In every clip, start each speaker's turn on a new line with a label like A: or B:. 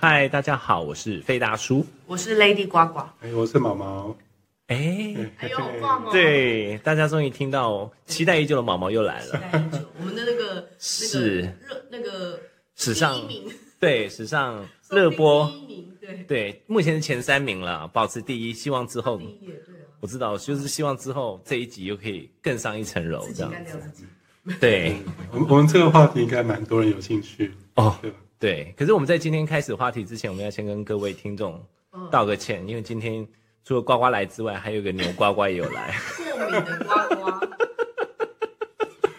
A: 嗨，大家好，我是费大叔。
B: 我是 Lady 呱呱，
C: 哎，我是毛毛。
A: 哎、
B: 哎呦，好棒哦！，
A: 对，大家终于听到哦期待已久的毛毛又来
B: 期
A: 了。
B: 待很久。我们的那个那
A: 是
B: 个热那个
A: 史上
B: 第一名
A: 对，史上热播
B: 第，一名，对，
A: 对，目前是前三名了，保持第一，希望之后
B: 第一也对啊，
A: 我知道，就是希望之后这一集又可以更上一层楼
B: 自，己
A: 哦这样
B: 干掉
A: 子。
B: 自己。
A: 对，
C: 我们我们这个话题应该蛮多人有兴趣，
A: 哦，
C: 对吧？
A: 对。可是我们在今天开始话题之前，我们要先跟各位听众
B: 嗯
A: 道个歉，因为今天除了呱呱来之外，还有个牛呱呱也有来。
B: 过敏的呱呱，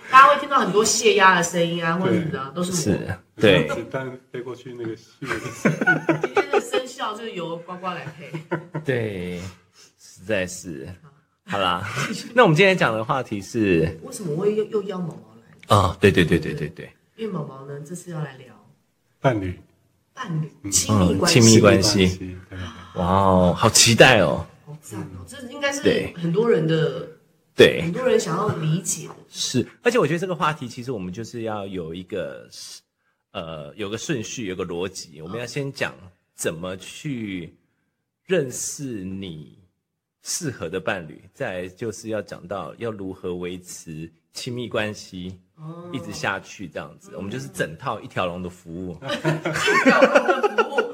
B: 大家会听到很多泄压的声音啊，或者什么的啊，都是我。
A: 是，对，
C: 子弹飞过去那个戏，
B: 今天的生肖就是由呱呱来配。
A: 对，实在是。好啦，那我们今天讲的话题是
B: 为什么我又又邀毛毛来？
A: 啊、对对对对对对，
B: 因为毛毛呢，这次要来聊
C: 伴侣
B: 伴侣亲密
A: 嗯
B: 关
A: 亲密
B: 系，
A: 关系
C: 亲密关对
A: 哇哦，好期待哦。
B: 好赞哦！这应该是
A: 对
B: 很多人的，
A: 对，
B: 很多人想要理解的。
A: 是，而且我觉得这个话题其实我们就是要有一个是呃有个顺序，有个逻辑，我们要先讲怎么去认识你适合的伴侣，再来就是要讲到要如何维持亲密关系。
B: 哦
A: 一直下去这样子，我们就是整套一条龙的服务，
B: 小众的服务，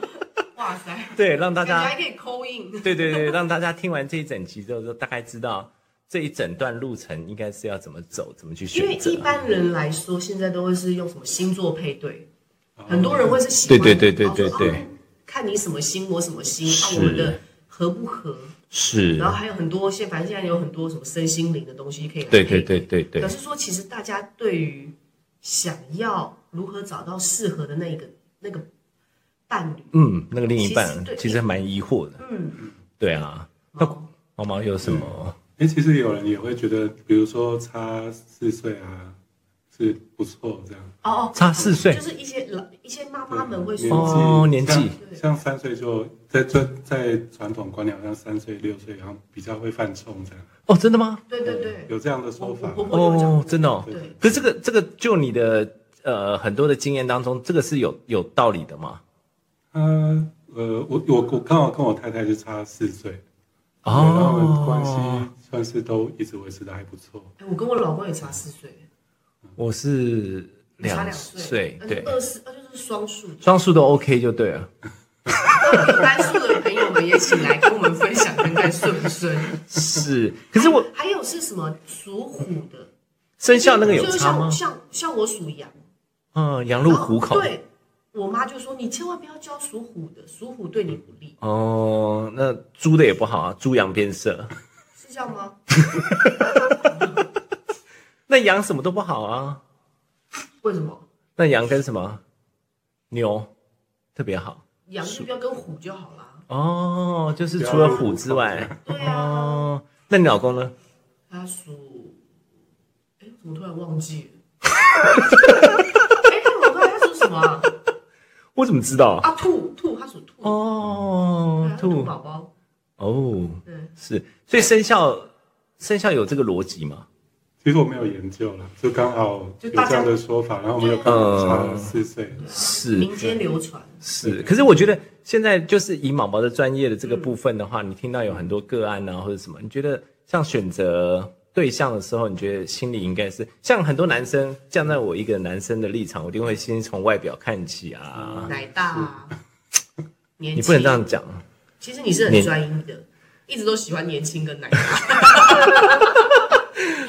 B: 哇塞，
A: 对，让大
B: 感觉
A: 家
B: 还可以扣印。
A: 对对对，让大家听完这一整集之后，就大概知道这一整段路程应该是要怎么走，怎么去
B: 因为
A: 选择。
B: 一般人来说，现在都会是用什么星座配对，
C: 哦
B: 很多人会是喜欢
A: 对对对对
B: 然后说
A: 对
B: 啊看你什么星，我什么星，啊，
A: 是
B: 我们的合不合？
A: 是
B: 然后还有很多，现反正现在有很多什么身心灵的东西可以来
A: 对
B: 配
A: 对对对对
B: 表，示说，其实大家对于想要如何找到适合的那一个那个伴侣，
A: 嗯，那个另一
B: 其实
A: 半
B: 对
A: 其实还蛮疑惑的。
B: 嗯，
A: 对啊，那
B: 毛
A: 毛毛有什么？
C: 哎，其实有人也会觉得，比如说差四岁啊，是不错这样。
B: 哦哦，
A: 差四岁
B: 就是一些老一些妈妈们会
C: 对
B: 说，
A: 哦年纪
C: 像像三岁就在这在传统观念，好像三岁六岁，然后比较会犯冲这样。
A: 哦，真的吗？
B: 对对对，
C: 有这样的说法
B: 我。我婆婆有讲
A: 哦
B: 过，
A: 真的哦。
B: 对，
A: 可是这个这个，就你的呃很多的经验当中，这个是有有道理的吗？
C: 呃呃，我我我刚好跟我太太就差四岁，对然后我们关
A: 哦，
C: 系算是都一直维持的还不错。
B: 哎我跟我老公也差四岁，
A: 我是
B: 差
A: 两
B: 两嗯
A: 岁，对，
B: 二十二就是双数的。
A: 双数都 OK 就对了。
B: 当然有单数的朋友们也请来跟我们分享看看顺不顺。
A: 是，可是我
B: 还有是什么属虎的
A: 生肖那个有
B: 就是
A: 差
B: 像
A: 吗
B: 我？像像我属羊，
A: 嗯，羊入虎口。
B: 对，我妈就说你千万不要交属虎的，属虎对你不利，
A: 哦，那猪的也不好啊，猪羊变色。
B: 是这样吗？
A: 那羊什么都不好啊。
B: 为什么？
A: 那羊跟什么牛特别好
B: 羊就不要跟虎就好啦。
A: 哦，就是除了虎之外，
B: 对啊，
A: 哦，那你老公呢？
B: 他属，哎，我怎么突然忘记了？哎，他老公他属什么啊？
A: 我怎么知道？
B: 啊，兔兔，他属兔，对啊
A: 哦
B: 他，是兔
A: 兔
B: 宝宝，
A: 哦，
B: 对，
A: 是，所以生肖生肖有这个逻辑吗？
C: 其实我没有研究了，就刚好有这样的说法，然后我们又刚好差四岁，
A: 是
B: 民间流传，
A: 是，可是我觉得现在就是以毛毛的专业的这个部分的话，你听到有很多个案啊或者什么，你觉得像选择对象的时候，你觉得心里应该是像很多男生站在我一个男生的立场，我一定会先从外表看起啊，
B: 奶大啊，年
A: 你
B: 轻，
A: 不能这样讲。
B: 其实你是很
A: 年
B: 专一的，一直都喜欢年轻跟奶大，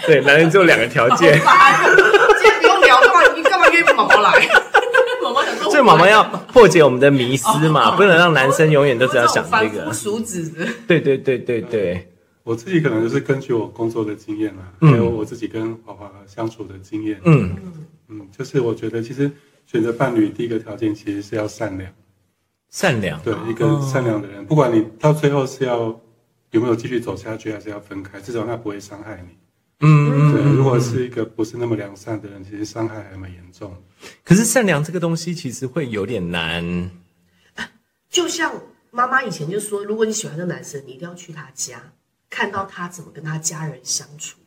A: 对，男人只有两个条件，
B: 好烦哦今天不用聊，干嘛你干嘛约毛毛来？毛毛想说，
A: 所以毛毛要破解我们的迷思嘛，不能让男生永远都只要想这
B: 我
A: 个
B: 种凡夫。俗子的，
A: 对对对对对，
C: 我自己可能就是根据我工作的经验啦，还有我自己跟华华相处的经验，
A: 嗯，
C: 嗯，就是我觉得其实选择伴侣第一个条件其实是要善良，
A: 善良，
C: 对，一个善良的人，不管你到最后是要有没有继续走下去，还是要分开，至少他不会伤害你。
A: 嗯嗯。
C: 对，如果是一个不是那么良善的人，其实伤害还蛮严重的。
A: 可是善良这个东西其实会有点难，
B: 就像妈妈以前就说，如果你喜欢这个男生，你一定要去他家看到他怎么跟他家人相处，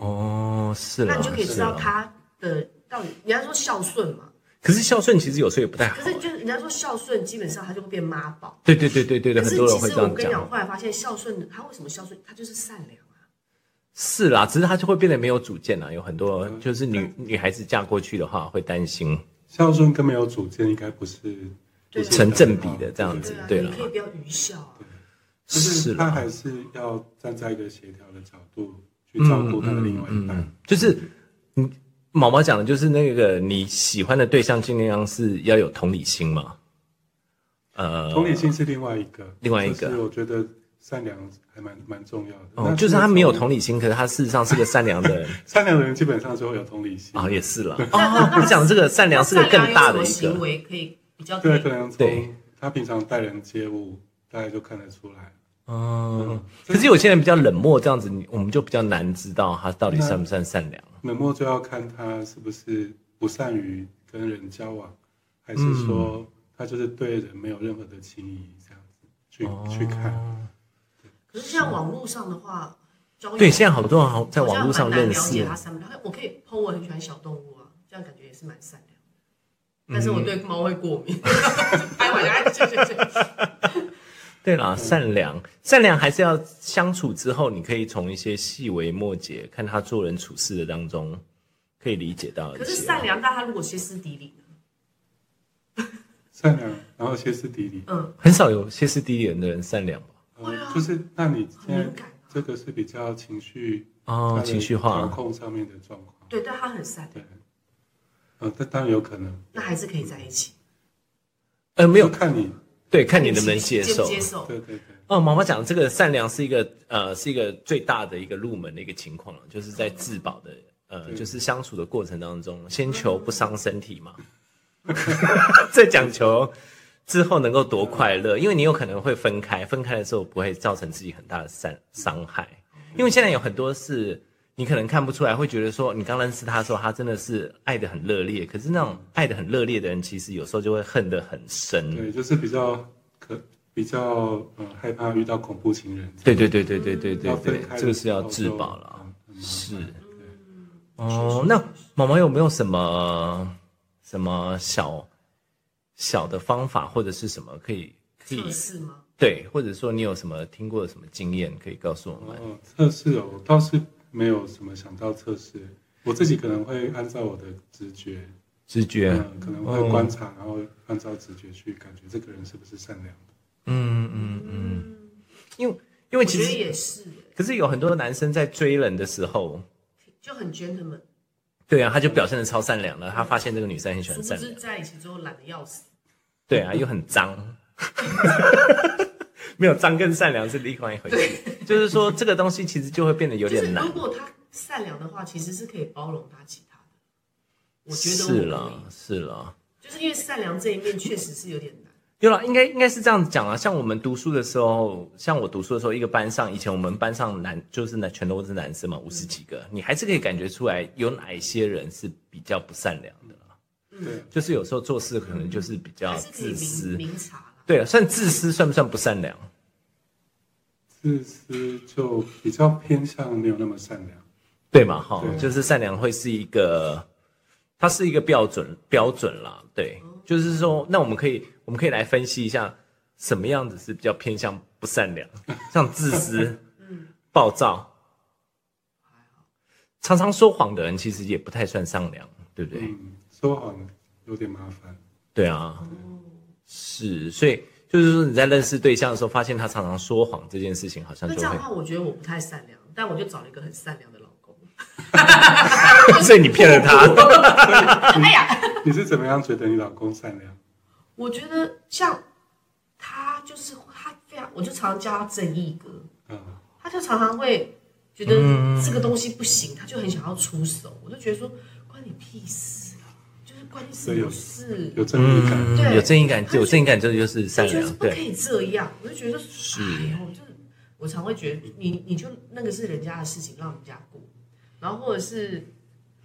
A: 哦，是了，
B: 那你就可以知
A: 是啊
B: 道
A: 啦。
B: 他的到底。人家说孝顺嘛，
A: 可是孝顺其实有时候也不太好
B: 可。是就是人家说孝顺，基本上他就会变妈宝。
A: 对对对对对对，
B: 可
A: 很
B: 是
A: 多人
B: 其
A: 会
B: 实
A: 这
B: 我
A: 样
B: 跟你讲，我
A: 讲。
B: 后来发现孝顺，他为什么孝顺？他就是善良啊。
A: 是啦，只是他就会变得没有主见啦。有很多
B: 嗯
A: 就是女女孩子嫁过去的话，会担心
C: 孝顺跟没有主见应该不是
B: 对啊
C: 不是
A: 成正比的这样子
B: 对
A: 对
B: 啊，。你
A: 了，
B: 可以不要愚孝啊。
C: 就是是他
A: 啦，
C: 还是要站在一个协调的角度去
A: 嗯
C: 照顾他的另外一半。
A: 就是你毛毛讲的，就是那个你喜欢的对象，尽量是要有同理心嘛。呃，
C: 同理心是另外一个，
A: 另外一个
C: 就是我觉得善良还蛮蛮重要的。
A: 哦
C: 那，
A: 就是他没有同
C: 理，
A: 理心，可是他事实上是个善良的 人
C: 善良的人基本上就会有同理心。
A: 啊，也是 了。哦， 你讲这个善良是个更大的
B: 啊
A: 一
B: 那善良有什么行
A: 个，
B: 为可以比较
C: 对，可能
A: 对
C: 从他平常待人接物，大家就看得出来。
A: 嗯。可是有些人比较冷漠，这样子你我们就比较难知道他到底算不算善良。
C: 冷漠就要看他是不是不善于跟人交往，还是
A: 嗯
C: 说他就是对人没有任何的情谊这样子去、
A: 哦
C: 去看。
B: 可是像网络上的话，交友
A: 对，现在好多人好在网络上
B: 好像
A: 认
B: 很难了
A: 识
B: 解他，善不善良。我可以 PO 我很喜欢小动物啊，这样感觉也是蛮善良的。
A: 嗯
B: 但是我对猫会过 敏，拍完就哎，谢谢谢谢。
A: 对啦，善良，善良还是要相处之后，你可以从一些细微末节，看他做人处事的当中，可以理解到一啊些。
B: 可是善良，但他如果歇斯底里呢？
C: 善良，然后歇斯底里，
B: 嗯，
A: 很少有歇斯底里的人善良吧？
B: 对啊
C: 呃，就是那你
B: 很
C: 现在
B: 敏感啊。
C: 这个是比较情绪
A: 哦，情绪
C: 调
A: 化，
C: 控上面的状况，
B: 对，但他很善良，
C: 对，呃，这当然有可能，
B: 那还是可以在一起。
A: 呃，没
C: 没有
A: 有，
C: 看你，
A: 对，看你能不能接
B: 接不
A: 受。
B: 接受？
C: 对对对，
A: 哦，毛毛讲这个善良是一个呃，是一个最大的一个入门的一个情况了，就是在自保的呃，
C: 对
A: 就是相处的过程当中，先求不伤身体嘛， 再讲求之后能够多快乐，因为你有可能会分开，分开的时候不会造成自己很大的伤伤害，因为现在有很多是。你可能看不出来，会觉得说你刚认识他的时候，他真的是爱的很热烈。可是那种爱的很热烈的人，其实有时候就会恨得很深。
C: 对，就是比较可比较呃害怕遇到恐怖情人，
A: 对对对对对对对
C: 要分
A: 对
C: 开，的
A: 这个是要
C: 时候
A: 自
C: 就
A: 保了。，啊
C: 嗯
A: 是
C: 对
A: 哦，那毛毛有没有什么什么小小的方法，或者是什么可以可以
B: 测试吗？
A: 对，或者说你有什么听过什么经验可以告诉我们？
C: 哦，测试哦，我倒是没有什么想到测试，我自己可能会按照我的直觉，
A: 直觉，
C: 嗯，可能
A: 哦
C: 会观察，然后按照直觉去感觉这个人是不是善良的。
A: 嗯嗯嗯，因为因为
B: 我
A: 哎其
B: 觉得
A: 实
B: 也是，
A: 可是有很多男生在追人的时候，
B: 就很 gentleman。
A: 对啊，他就表现的超善良了，他发现这个女生很喜
B: 殊
A: 欢
B: 不
A: 善
B: 知
A: 良，
B: 在一起之后懒得要死。
A: 对啊，又很脏。 没有脏跟善良是另外一回事，就是说这个东西其实就会变得有
B: 就是
A: 点难
B: 如。果他善良的话，其实是可以包容他其他的。我觉得我
A: 是啦
B: 可以，
A: 是啦，
B: 就是因为善良这一面确实是有点难。
A: 有啦，应该应该是这样子讲啦。像我们读书的时候，像我读书的时候，一个班上，以前我们班上男就是男全都是男生嘛，
B: 嗯
A: 五十几个，你还是可以感觉出来有哪一些人是比较不善良的啦。
C: 对，
A: 就是有时候做事可能就是比较
B: 嗯还是可以
A: 自私，
B: 明明察啦。
A: 对啊，算自私算不算不善良？
C: 自私就比较偏向没有那么善良。
A: 对嘛？哈
C: 对，
A: 就是善良会是一个，它是一个标准标准啦。对，就是说，那我们可以我们可以来分析一下，什么样子是比较偏向不善 良，像自私、
B: 嗯
A: 暴躁，常常说谎的人，其实也不太算善良，对不对？
C: 嗯，说谎有点麻烦。
A: 对啊，是，所以就是说你在认识对象的时候，发现他常常说谎这件事情，好像
B: 那
A: 就
B: 这样
A: 会
B: 的，话，我觉得我不太善良，但我就找了一个很善良的老公。
A: 所以你骗了他。
B: 哎呀，
C: 你是怎么样觉得你老公善良？
B: 我觉得像他就是他非常，我就常常叫他正义哥，
C: 嗯，
B: 他就常常会觉
A: 嗯
B: 得这个东西不行，他就很想要出手。我就觉得说关你屁事啊，就是关你什
C: 对
B: 么
C: 有
B: 事？
C: 有正义感。
A: 嗯，
B: 对
A: 有正义感，有正义感，这就是善
B: 我觉得
A: 良
B: 是，不可
A: 对，
B: 以这样，我就觉得是哎呦，就是我常会觉得你你就那个是人家的事情，让人家过，然后或者是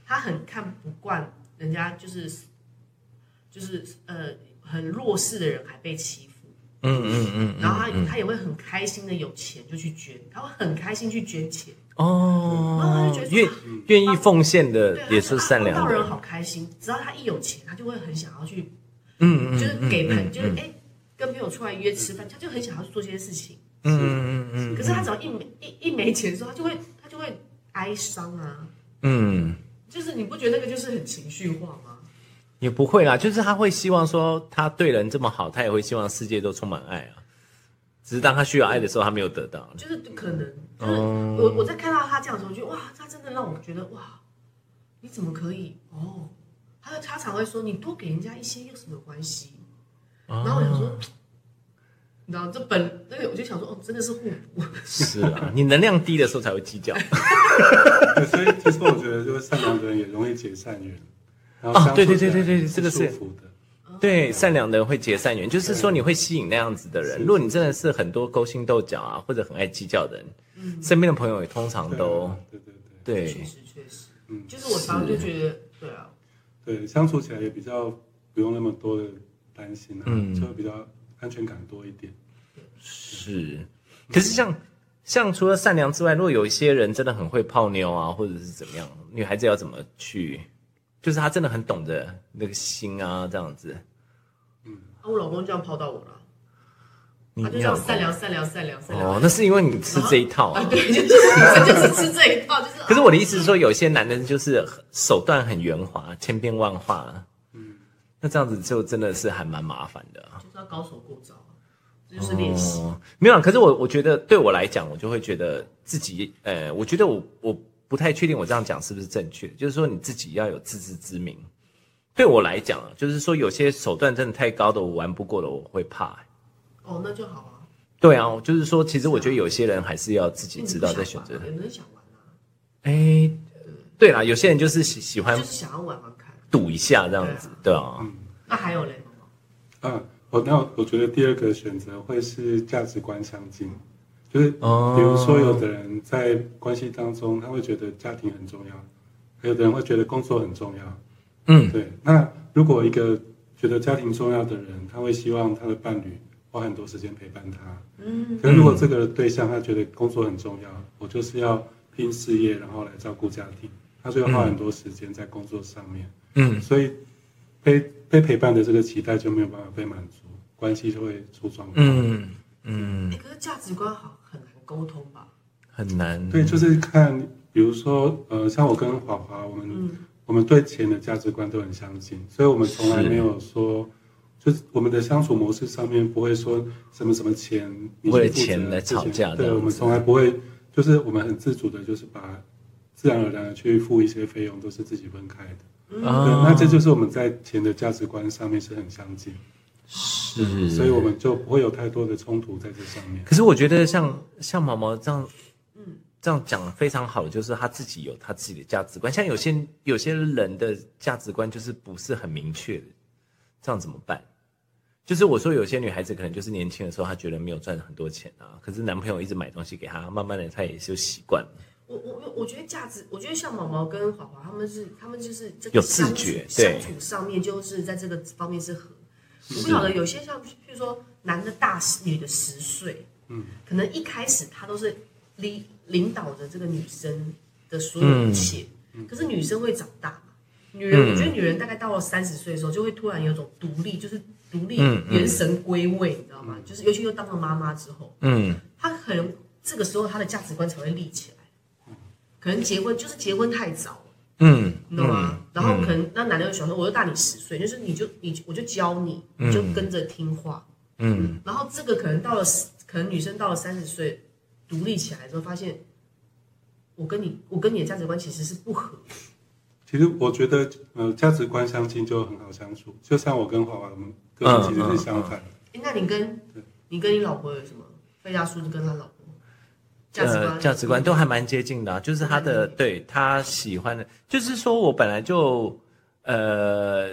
B: 他很看不惯人家就是就是呃很弱势的人还被欺负，
A: 嗯嗯嗯，
B: 然后他、他也会很开心的有钱就去捐，他会很开心去捐钱，然后他
A: 哦
B: 就觉，得说
A: 愿愿意奉献的
B: 对，他
A: 也
B: 觉得
A: 是
B: 啊
A: 善
B: 帮
A: 良
B: 到人
A: 的，
B: 好开心，只要他一有钱，他就会很想要去，
A: 嗯嗯，
B: 就是给朋，
A: 嗯
B: 就是哎、跟朋友出来约吃饭，他就很想要去做这些事情，
A: 嗯嗯嗯
B: 可是他只要一没一一没钱的时候，他就会他就会哀伤啊，
A: 嗯。
B: 就是你不觉得那个就是很情绪化吗？
A: 也不会啦，就是他会希望说他对人这么好，他也会希望世界都充满爱啊。只是当他需要爱的时候，他没有得到。
B: 就是可能，就是
A: 嗯
B: 我我在看到他这样的时候，我就哇，他真的让我觉得哇，你怎么可以哦？他他常会说你多给人家一些有什么关系？
A: 啊
B: 然后我想说，你知道这本这个我就想说哦，真的是互补，
A: 是啊，你能量低的时候才会计较。
C: 对所以其实我觉得，就是善良的人也容易结善缘，然后
A: 啊
C: 相处
A: 对对
C: 起来
A: 对对对
C: 也
A: 这个是
C: 舒服的。
A: 对，善良的人会结善缘，就是说你会吸引那样子的人。
C: 是
A: 如果你真的是很多勾心斗角啊，或者很爱计较的人，身边的朋友也通常
C: 对
A: 都
C: 啊对对对
A: 对
B: 确实确实，
C: 嗯
B: 就是我常常就觉得对啊，
C: 对，相处起来也比较不用那么多的担心啊，
A: 嗯
C: 就会比较安全感多一点。
A: 是。可是像像除了善良之外，如果有一些人真的很会泡妞啊，或者是怎么样，女孩子要怎么去？就是她真的很懂得那个心啊，这样子。
B: 啊我老公这样抛到我了，
A: 你
B: 啊他就
A: 你
B: 这
A: 老
B: 样
A: 公
B: 善良善良善良善良
A: 哦，那是因为你吃这一套、
B: 啊，
A: 啊。
B: 对，就是 就是吃这一套，就是
A: 可是我的意思是说，有些男人就是手段很圆滑，千变万化。嗯那这样子就真的是还蛮麻烦的。
B: 啊就是要高手过招啊，这就是练习。
A: 哦，没有啦。可是我我觉得对我来讲，我就会觉得自己，呃，我觉得我我不太确定我这样讲是不是正确，就是说你自己要有自知之明。对我来讲啊，就是说有些手段真的太高的，我玩不过的，我会怕、欸
B: 哦，那就好啊。
A: 对啊，我就是说，其实我觉得有些人还是要自己知道再选择。
B: 有人想玩啊，
C: 嗯
A: 哎，对啦，有些人就是喜喜欢
B: 就是想要玩玩看。
A: 赌一下这样子，对
C: 嗯
A: 啊，
B: 那还有嘞，毛毛
C: 啊，我那我觉得第二个选择会是价值观相近，就是比
A: 哦
C: 如说有的人在关系当中，他会觉得家庭很重要，有的人会觉得工作很重要。
A: 嗯，
C: 对，那如果一个觉得家庭重要的人，他会希望他的伴侣花很多时间陪伴他。
B: 嗯，
C: 可是如果这个对象他觉得工作很重要，我就是要拼事业，然后来照顾家庭，他就要花很多时间在工作上面。
A: 嗯，
C: 所以被被陪伴的这个期待就没有办法被满足，关系就会出状况。
A: 嗯嗯，
B: 哎，可是价值观好很难沟通吧？
A: 很难。
C: 对，就是看，比如说，呃，像我跟华华，我们、
B: 嗯
C: 我们对钱的价值观都很相近，所以我们从来
A: 是
C: 没有说，就是我们的相处模式上面不会说什么什么钱，你去
A: 为了
C: 负责
A: 钱来
C: 这
A: 吵
C: 些
A: 架这
C: 对，
A: 样
C: 我们
A: 子
C: 从来不会，就是我们很自主的，就是把自然而然的去付一些费用，都是自己分开的。对，
A: 啊，
C: 那这就是我们在钱的价值观上面是很相近，
A: 是，
C: 所以我们就不会有太多的冲突在这上面。
A: 可是我觉得像像毛毛这样，嗯，这样讲得非常好，就是他自己有他自己的价值观。像有些有些人的价值观就是不是很明确的，这样怎么办？就是我说有些女孩子可能就是年轻的时候，她觉得没有赚很多钱啊，可是男朋友一直买东西给她，慢慢的她也就习惯了。
B: 我我我我觉得价值，我觉得像毛毛跟华华他们是他们就是这
A: 有
B: 个相
A: 自觉
B: 处
A: 对
B: 相处上面就是在这个方面是合。我不晓得有些像，譬如说男的大女的十岁，嗯，可能一开始他都是领领导着这个女生的所有一切，可是女生会长大嘛，女人、
A: 嗯
B: 我觉得女人大概到了三十岁的时候，就会突然有种独立，就是独立
A: 嗯嗯
B: 元神归位，你知道吗？就是尤其又当了妈妈之后，
A: 嗯，
B: 他可能这个时候他的价值观才会立起来。可能结婚就是结婚太早了，
A: 嗯，
B: 你懂吗？然后可能那男的就想说，我就大你十岁，就是你就你我就教你，你就跟着听话。
A: 嗯，
B: 然后这个可能到了十，可能女生到了三十岁独立起来之后，发现我跟你我跟你的价值观其实是不合的。
C: 其实我觉得，呃，价值观相近就很好相处。就像我跟华华，我们个
A: 嗯
C: 性其实是相反的。
B: 诶那你跟你跟你老婆有什么？费亚叔就跟他老婆价值观嗯
A: 呃，价值观都还蛮接近的、啊，就是他的对他喜欢的，就是说我本来就，呃，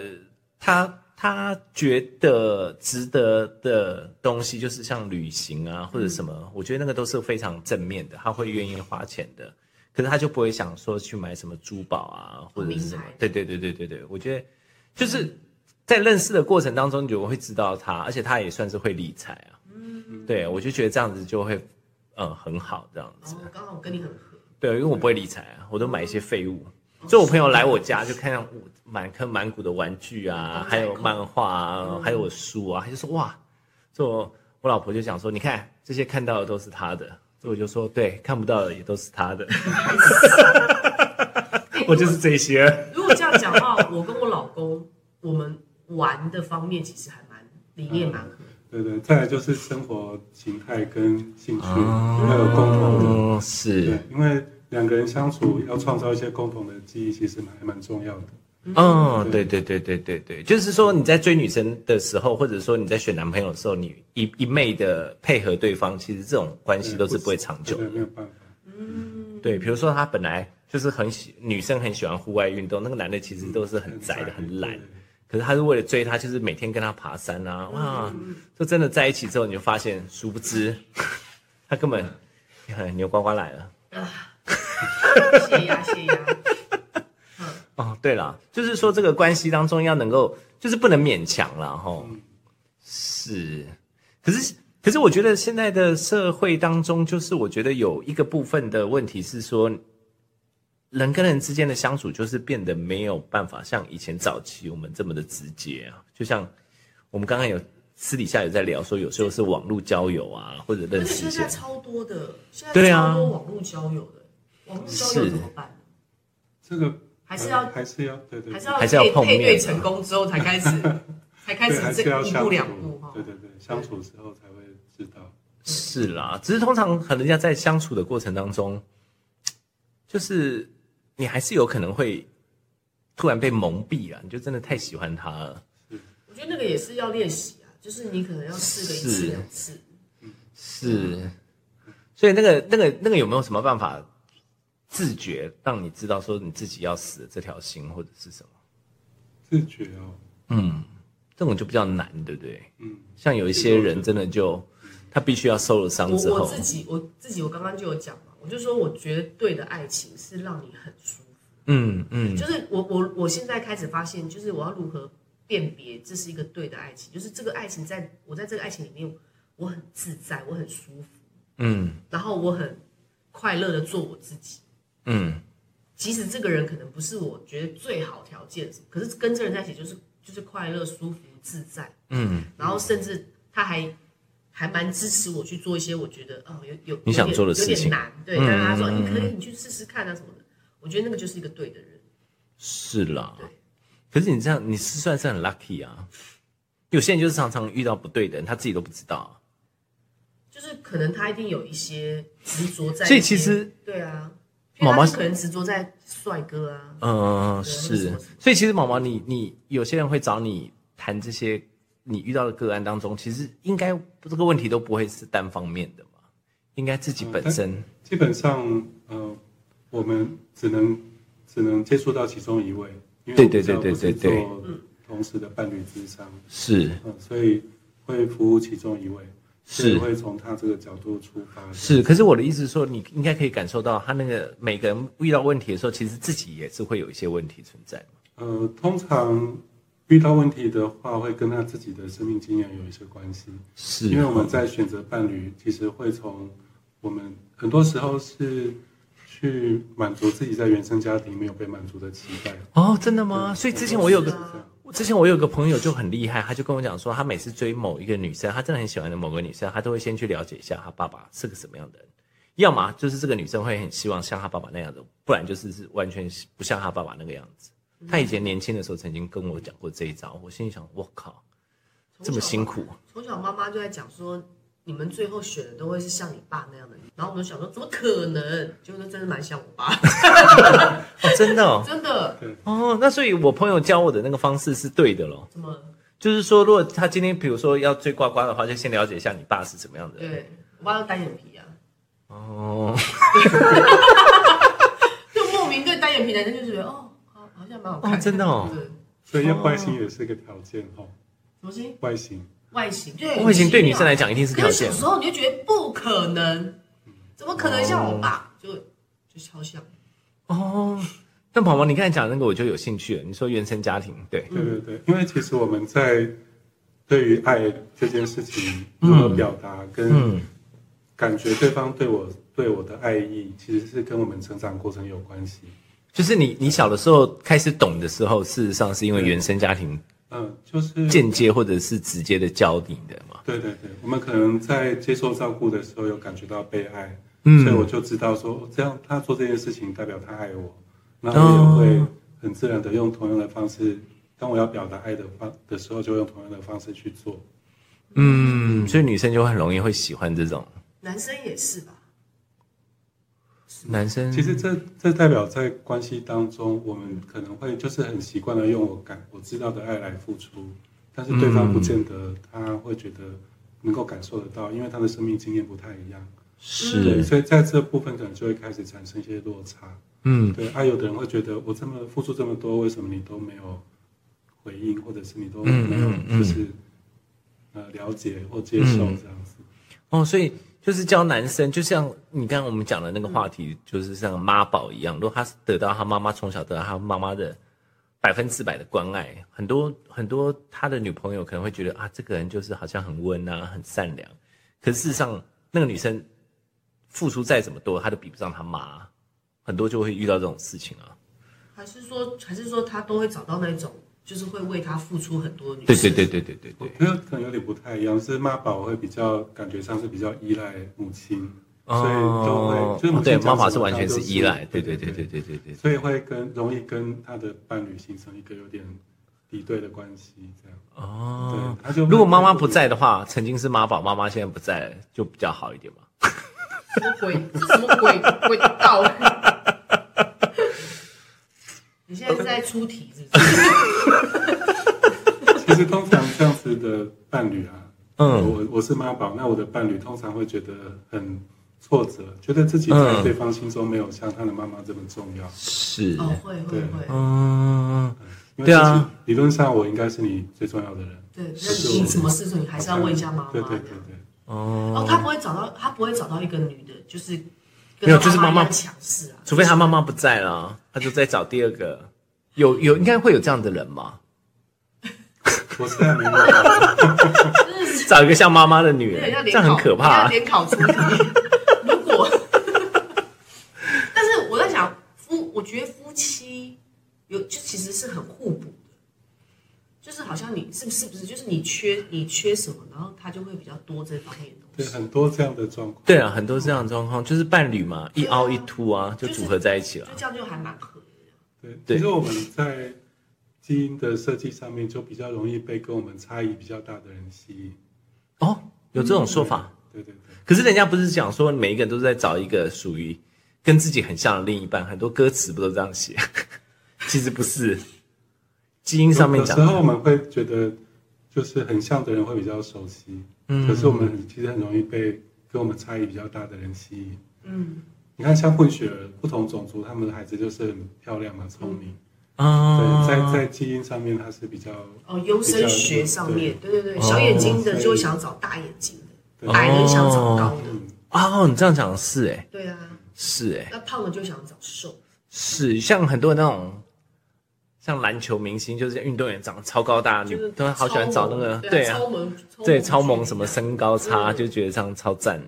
A: 他他觉得值得的东西，就是像旅行啊或者什
B: 嗯
A: 么，我觉得那个都是非常正面的，他会愿意花钱的，可是他就不会想说去买什么珠宝啊或者是什么
B: 哦名牌，
A: 对对对对对对，我觉得就是在认识的过程当中，你就会知道他，而且他也算是会理财啊，
B: 嗯，
A: 对我就觉得这样子就会嗯很好这样子。
B: 哦，刚好跟你很合，
A: 对，因为我不会理财啊，我都买一些废物。所以我朋友来我家就看到我满坑满谷的玩具啊，还有漫画啊，
C: 嗯
A: 还有书啊，他就说哇，就我老婆就想说，你看这些看到的都是他的，所以我就说对，看不到的也都是他 的， 我就是这些。
B: 如果这样讲的话，我跟我老公，我们玩的方面其实还蛮理念蛮合。
C: 对对，再来就是生活形态跟兴趣
A: 哦
C: 要有共同的，
A: 嗯，是
C: 对，，因为两个人相处要创造一些共同的记忆，其实蛮还蛮重要的。
A: 嗯，对对对对对对，就是说你在追女生的时候，或者说你在选男朋友的时候，你一一昧的配合对方，其实这种关系都是不会长久的
C: 对，没有办法。
B: 嗯，
A: 对，比如说他本来就是很喜女生很喜欢户外运动，那个男的其实都是很宅的、嗯很懒
C: 对，
A: 可是他是为了追她，就是每天跟她爬山啊，哇，就真的在一起之后，你就发现，殊不知 他根本哎牛呱呱来了。
B: 谢呀谢 呀，
A: 哦，对了，就是说这个关系当中要能够，就是不能勉强了哈。吼是，可是可是我觉得现在的社会当中，就是我觉得有一个部分的问题是说，人跟人之间的相处就是变得没有办法像以前早期我们这么的直接啊，就像我们刚刚有。私底下有在聊说，有时候是网络交友啊，或者认
B: 而
A: 识
B: 且
A: 一
B: 现
A: 些
B: 在超多的，现在
A: 对啊
B: 超多网络交友的，网络交友怎么办？
C: 这个呃
B: 还是要
C: 还是要对对，对
B: 还是要
A: 还是要
B: 配
A: 碰面啊
B: 配对成功之后才开始， 才开
C: 对还
B: 始
C: 是
B: 这
C: 要
B: 一
C: 相
B: 步
C: 处
B: 两步哈。
C: 对对对，相处之后才会知道。
A: 是啦，只是通常和人家在相处的过程当中，就是你还是有可能会突然被蒙蔽啊，你就真的太喜欢他了。
B: 我觉得那个也是要练习啊，就是你可能要试个一
A: 是
B: 次两次。
A: 是，嗯所以那个那个那个有没有什么办法自觉让你知道说你自己要死的这条心或者是什么？
C: 自觉哦，
A: 嗯，这种就比较难，对不对？
C: 嗯，
A: 像有一些人真的就他必须要受了伤
B: 我
A: 之
B: 我
A: 后
B: 自，己我自己我刚刚就有讲嘛，我就说我觉得对的爱情是让你很舒服，
A: 嗯嗯
B: 就是我我我现在开始发现，就是我要如何辨别这是一个对的爱情，就是这个爱情在我在这个爱情里面我很自在，我很舒服，
A: 嗯
B: 然后我很快乐的做我自己。
A: 嗯，
B: 即使这个人可能不是我觉得最好条件什么，可是跟这个人在一起就是就是快乐、舒服、自在，
A: 嗯，
B: 然后甚至他还还蛮支持我去做一些我觉得哦有有
A: 你想做的
B: 有点
A: 事情嗯
B: 有点难，对，但是他说、你可以你去试试看啊什么的，我觉得那个就是一个对的人，
A: 是啦
B: 对。
A: 可是你这样，你是算是很 lucky 啊。有些人就是常常遇到不对的人，他自己都不知道啊、
B: 就是可能他一定有一些执着在一些，
A: 所以其实
B: 对啊，
A: 毛毛
B: 因为他就可能执着在帅哥啊，
A: 嗯、
B: 对
A: 是
B: 那个什么什么。
A: 所以其实毛毛你，你有些人会找你谈这些你遇到的个案当中，其实应该这个问题都不会是单方面的嘛，应该自己本身。
C: 基本上呃，我们只能只能接触到其中一位，因
A: 对
C: 为我
A: 对
C: 们知道
A: 对
C: 不
A: 对
C: 是
A: 对对
C: 做同时的伴侣智商，
A: 是
C: 嗯，所以会服务其中一位，
A: 是
C: 所以会从他这个角度出发。
A: 是，可是我的意思是说，你应该可以感受到他那个每个人遇到问题的时候，其实自己也是会有一些问题存在嘛。
C: 呃，通常遇到问题的话，会跟他自己的生命经验有一些关系，
A: 是
C: 因为我们在选择伴侣，其实会从我们很多时候是去满足自己在原生家庭没有被满足的期待。
A: 哦，真的吗？所以之前我有个
B: 是啊
A: 我之前我有个朋友就很厉害，他就跟我讲说，他每次追某一个女生，他真的很喜欢的某个女生，他都会先去了解一下他爸爸是个什么样的人，要么就是这个女生会很希望像他爸爸那样的，不然就是是完全不像他爸爸那个样子。他以前年轻的时候曾经跟我讲过这一招，我心里想，我靠，这么辛
B: 苦。
A: 苦，
B: 从小妈妈就在讲说，你们最后选的都会是像你爸那样的人，然后我们就想说，怎么可能？结果真的蛮像我 爸，
A: 哦、真的哦
B: 真的。
A: 哦，那所以我朋友教我的那个方式是对的咯。
B: 怎么？
A: 就是说，如果他今天比如说要追呱呱的话，就先了解一下你爸是什么样的人。
B: 对我爸都单眼皮啊，
A: 哦，
B: 就莫名对单眼皮男生就觉得哦，好，好像蛮好看
A: 哦，真的哦
B: 对，
C: 所以要外形也是个条件哦，
B: 什么心？
C: 外形
B: 外形对，
A: 外形对女生来
B: 讲
A: 讲一定是条件
B: 可是小。时候你就觉得不可能，怎么可能像我爸？就就超像。
A: 哦，但宝宝，嗯
B: 嗯
A: 你刚才讲的那个我就有兴趣了。你说原生家庭，对，
C: 对对对，因为其实我们在对于爱这件事情如
A: 嗯
C: 何表达，跟感觉对方对我对我的爱意，其实是跟我们成长过程有关系。
A: 就是你你小的时候开始懂的时候，事实上是因为原生家庭
C: 嗯，就是
A: 间接或者是直接的教你的嘛。
C: 对对对，我们可能在接受照顾的时候有感觉到被爱，
A: 嗯
C: 所以我就知道说，哦这样他做这件事情代表他爱我，那我也会很自然的用同样的方式，当我要表达爱的方的时候，就用同样的方式去做。
A: 嗯，所以女生就很容易会喜欢这种
B: 男生也是吧？
A: 男生。
C: 其实这这代表在关系当中，我们可能会就是很习惯的用我感我知道的爱来付出，但是对方不
A: 嗯
C: 见得他会觉得能够感受得到，因为他的生命经验不太一样。对，
A: 是，
C: 所以在这部分可能就会开始产生一些落差。
A: 嗯，
C: 对，啊，有的人会觉得我这么付出这么多，为什么你都没有回应，或者是你都
A: 嗯
C: 没有
A: 嗯嗯
C: 就是、呃了解或接受这样子？
A: 哦，所以就是教男生，就像你刚刚我们讲的那个话题，就是像妈宝一样，如果他是得到他妈妈从小得到他妈妈的百分之百的关爱，很多很多他的女朋友可能会觉得啊，这个人就是好像很温啊，很善良，可是事实上那个女生付出再怎么多，她都比不上她妈，很多就会遇到这种事情啊。
B: 还是说，还是说他都会找到那种，就是会为他付出很多的女
A: 对
B: 生？
A: 对对对对对
C: 我
A: 对，
C: 觉得可能有点不太一样，是妈宝会比较感觉上是比较依赖母亲，所以都会、
A: 哦
C: 就是母亲
A: 对
C: 讲什么
A: 妈妈是完全
C: 他
A: 是
C: 就
A: 依赖，对对
C: 对
A: 对对对对对。
C: 所以会跟容易跟他的伴侣形成一个有点敌对的关系，这样。
A: 哦
C: 对他就会
A: 如果妈妈不在的话，曾经是妈宝，妈妈现在不在了，就比较好一点嘛。
B: 什么鬼？这什么鬼鬼道？你现在是在出题是不是？
C: 其实通常这样子的伴侣啊，
A: 嗯
C: 我我是妈宝，那我的伴侣通常会觉得很挫折，觉得自己在
A: 嗯
C: 对方心中没有像他的妈妈这么重要。
A: 是
B: 哦，会会会，
A: 嗯，
C: 因为
A: 对啊
C: 自己，理论上我应该是你最重要的人。
B: 对，那你什么事情你还是要问一下妈妈。
C: 对对对对，
B: 然后
A: 哦，
B: 他不会找到，他不会找到一个女的，就是跟
A: 没有
B: 他
A: 就是妈妈
B: 一样强势啊，
A: 除非他妈妈不在了，他就再找第二个。有有，应该会有这样的人嘛？
C: 我现在没有。
A: 找一个像妈妈的女
B: 有
A: 人
B: 点像，
A: 这
B: 联
A: 样
B: 考，
A: 很可怕
B: 有点像
A: 啊。
B: 联考出 题。如果，但是我在想夫，我觉得夫妻有就其实是很互补的，就是好像你是不是不是，就是你缺你缺什么，然后他就会比较多这方面的东
C: 对，
B: 西。
C: 很多这样的状 况。
A: 对啊，很多这样的状况就是伴侣嘛，一凹一凸啊，就
B: 就是
A: 组合在一起了
B: 就。这样就还蛮合的。
C: 对，
A: 对
C: 其实我们在基因的设计上面就比较容易被跟我们差异比较大的人吸引。
A: 哦，有这种说法。
C: 对对对，
A: 可是人家不是讲说每一个人都在找一个属于跟自己很像的另一半，很多歌词不都这样写？ 其实不是，基因上面
C: 有
A: 讲
C: 时候我
A: 的。
C: 们会觉得，就是很像的人会比较熟悉，
A: 嗯
C: 可是我们很其实很容易被跟我们差异比较大的人吸引。
B: 嗯，
C: 你看，像混血儿，不同种族，他们的孩子就是很漂亮嘛，聪明。
A: 啊
C: 对，在在基因上面，它是比较
B: 哦，优生学上面，对对对，
A: 哦
B: 小眼睛的就会想要找大眼睛的，
C: 哦
B: 矮人想找高的，
C: 嗯
A: 哦，你这样讲是哎、
B: 对啊，
A: 是哎、
B: 那胖的就想找瘦。
A: 是像很多那种像篮球明星，就是运动员长得超高大，
B: 就
A: 女
B: 是
A: 都嗯好喜欢找那个
B: 超萌
A: 对啊
B: 超，萌，
A: 对超萌什么
B: 生，
A: 身高差，
B: 嗯
A: 就觉得这样超赞。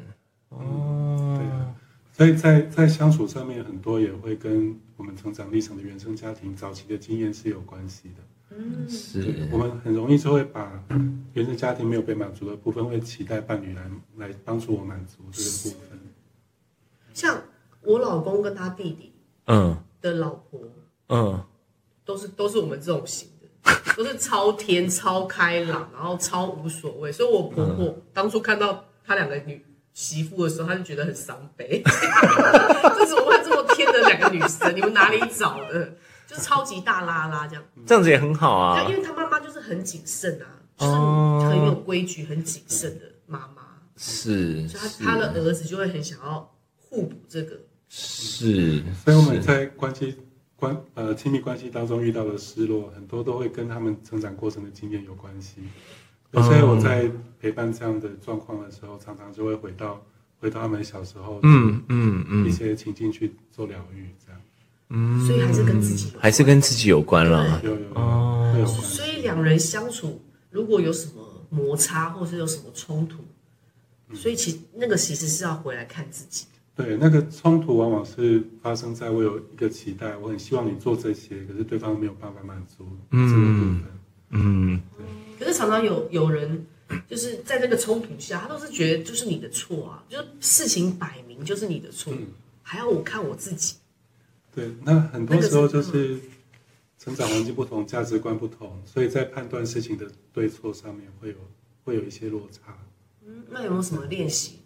A: 哦
C: 对啊所以在在相处上面，很多也会跟我们成长历程的原生家庭早期的经验是有关系的。
B: 嗯，
A: 是
C: 我们很容易就会把原生家庭没有被满足的部分，会期待伴侣来来帮助我满足这个部分。
B: 像我老公跟他弟弟
A: 嗯
B: 的老婆，
A: 嗯，
B: 都是都是我们这种型的， 都是超甜、超开朗，然后超无所谓。所以我婆婆、
A: 嗯
B: 当初看到她两个女媳妇的时候，她就觉得很伤悲， 这怎么会这么天的两个女生？你们哪里找的？就超级大拉拉这样，
A: 这样子也很好啊。
B: 因为她妈妈就是很谨慎啊，就是
A: 哦
B: 很有规矩、很谨慎的妈妈。
A: 是
B: 所以他他的儿子就会很想要互补这个，
A: 是，
C: 所以我们在关系关呃亲密关系当中遇到的失落，很多都会跟他们成长过程的经验有关系。对所以我在
A: 嗯
C: 陪伴这样的状况的时候，常常就会回到回到他们小时候
A: 嗯嗯
C: 一
A: 嗯
C: 些情境去做疗愈，这样
A: 嗯，
B: 所以还是跟自己有
A: 还是跟自己有关了。
C: 有有有
A: 哦
C: 会有关系。
B: 所以两人相处如果有什么摩擦，或者是有什么冲突，所以其那个其实是要回来看自己。
C: 对，那个冲突往往是发生在我有一个期待，我很希望你做这些，可是对方没有办法满足这个部分。
A: 嗯，
B: 可是常常有有人就是在这个冲突下，他都是觉得就是你的错啊，就是事情摆明就是你的错，
C: 嗯
B: 还要我看我自己。
C: 对，那很多时候就是成长环境不同，价值观不同，所以在判断事情的对错上面会有会有一些落差。
B: 嗯，那有没有什么练习？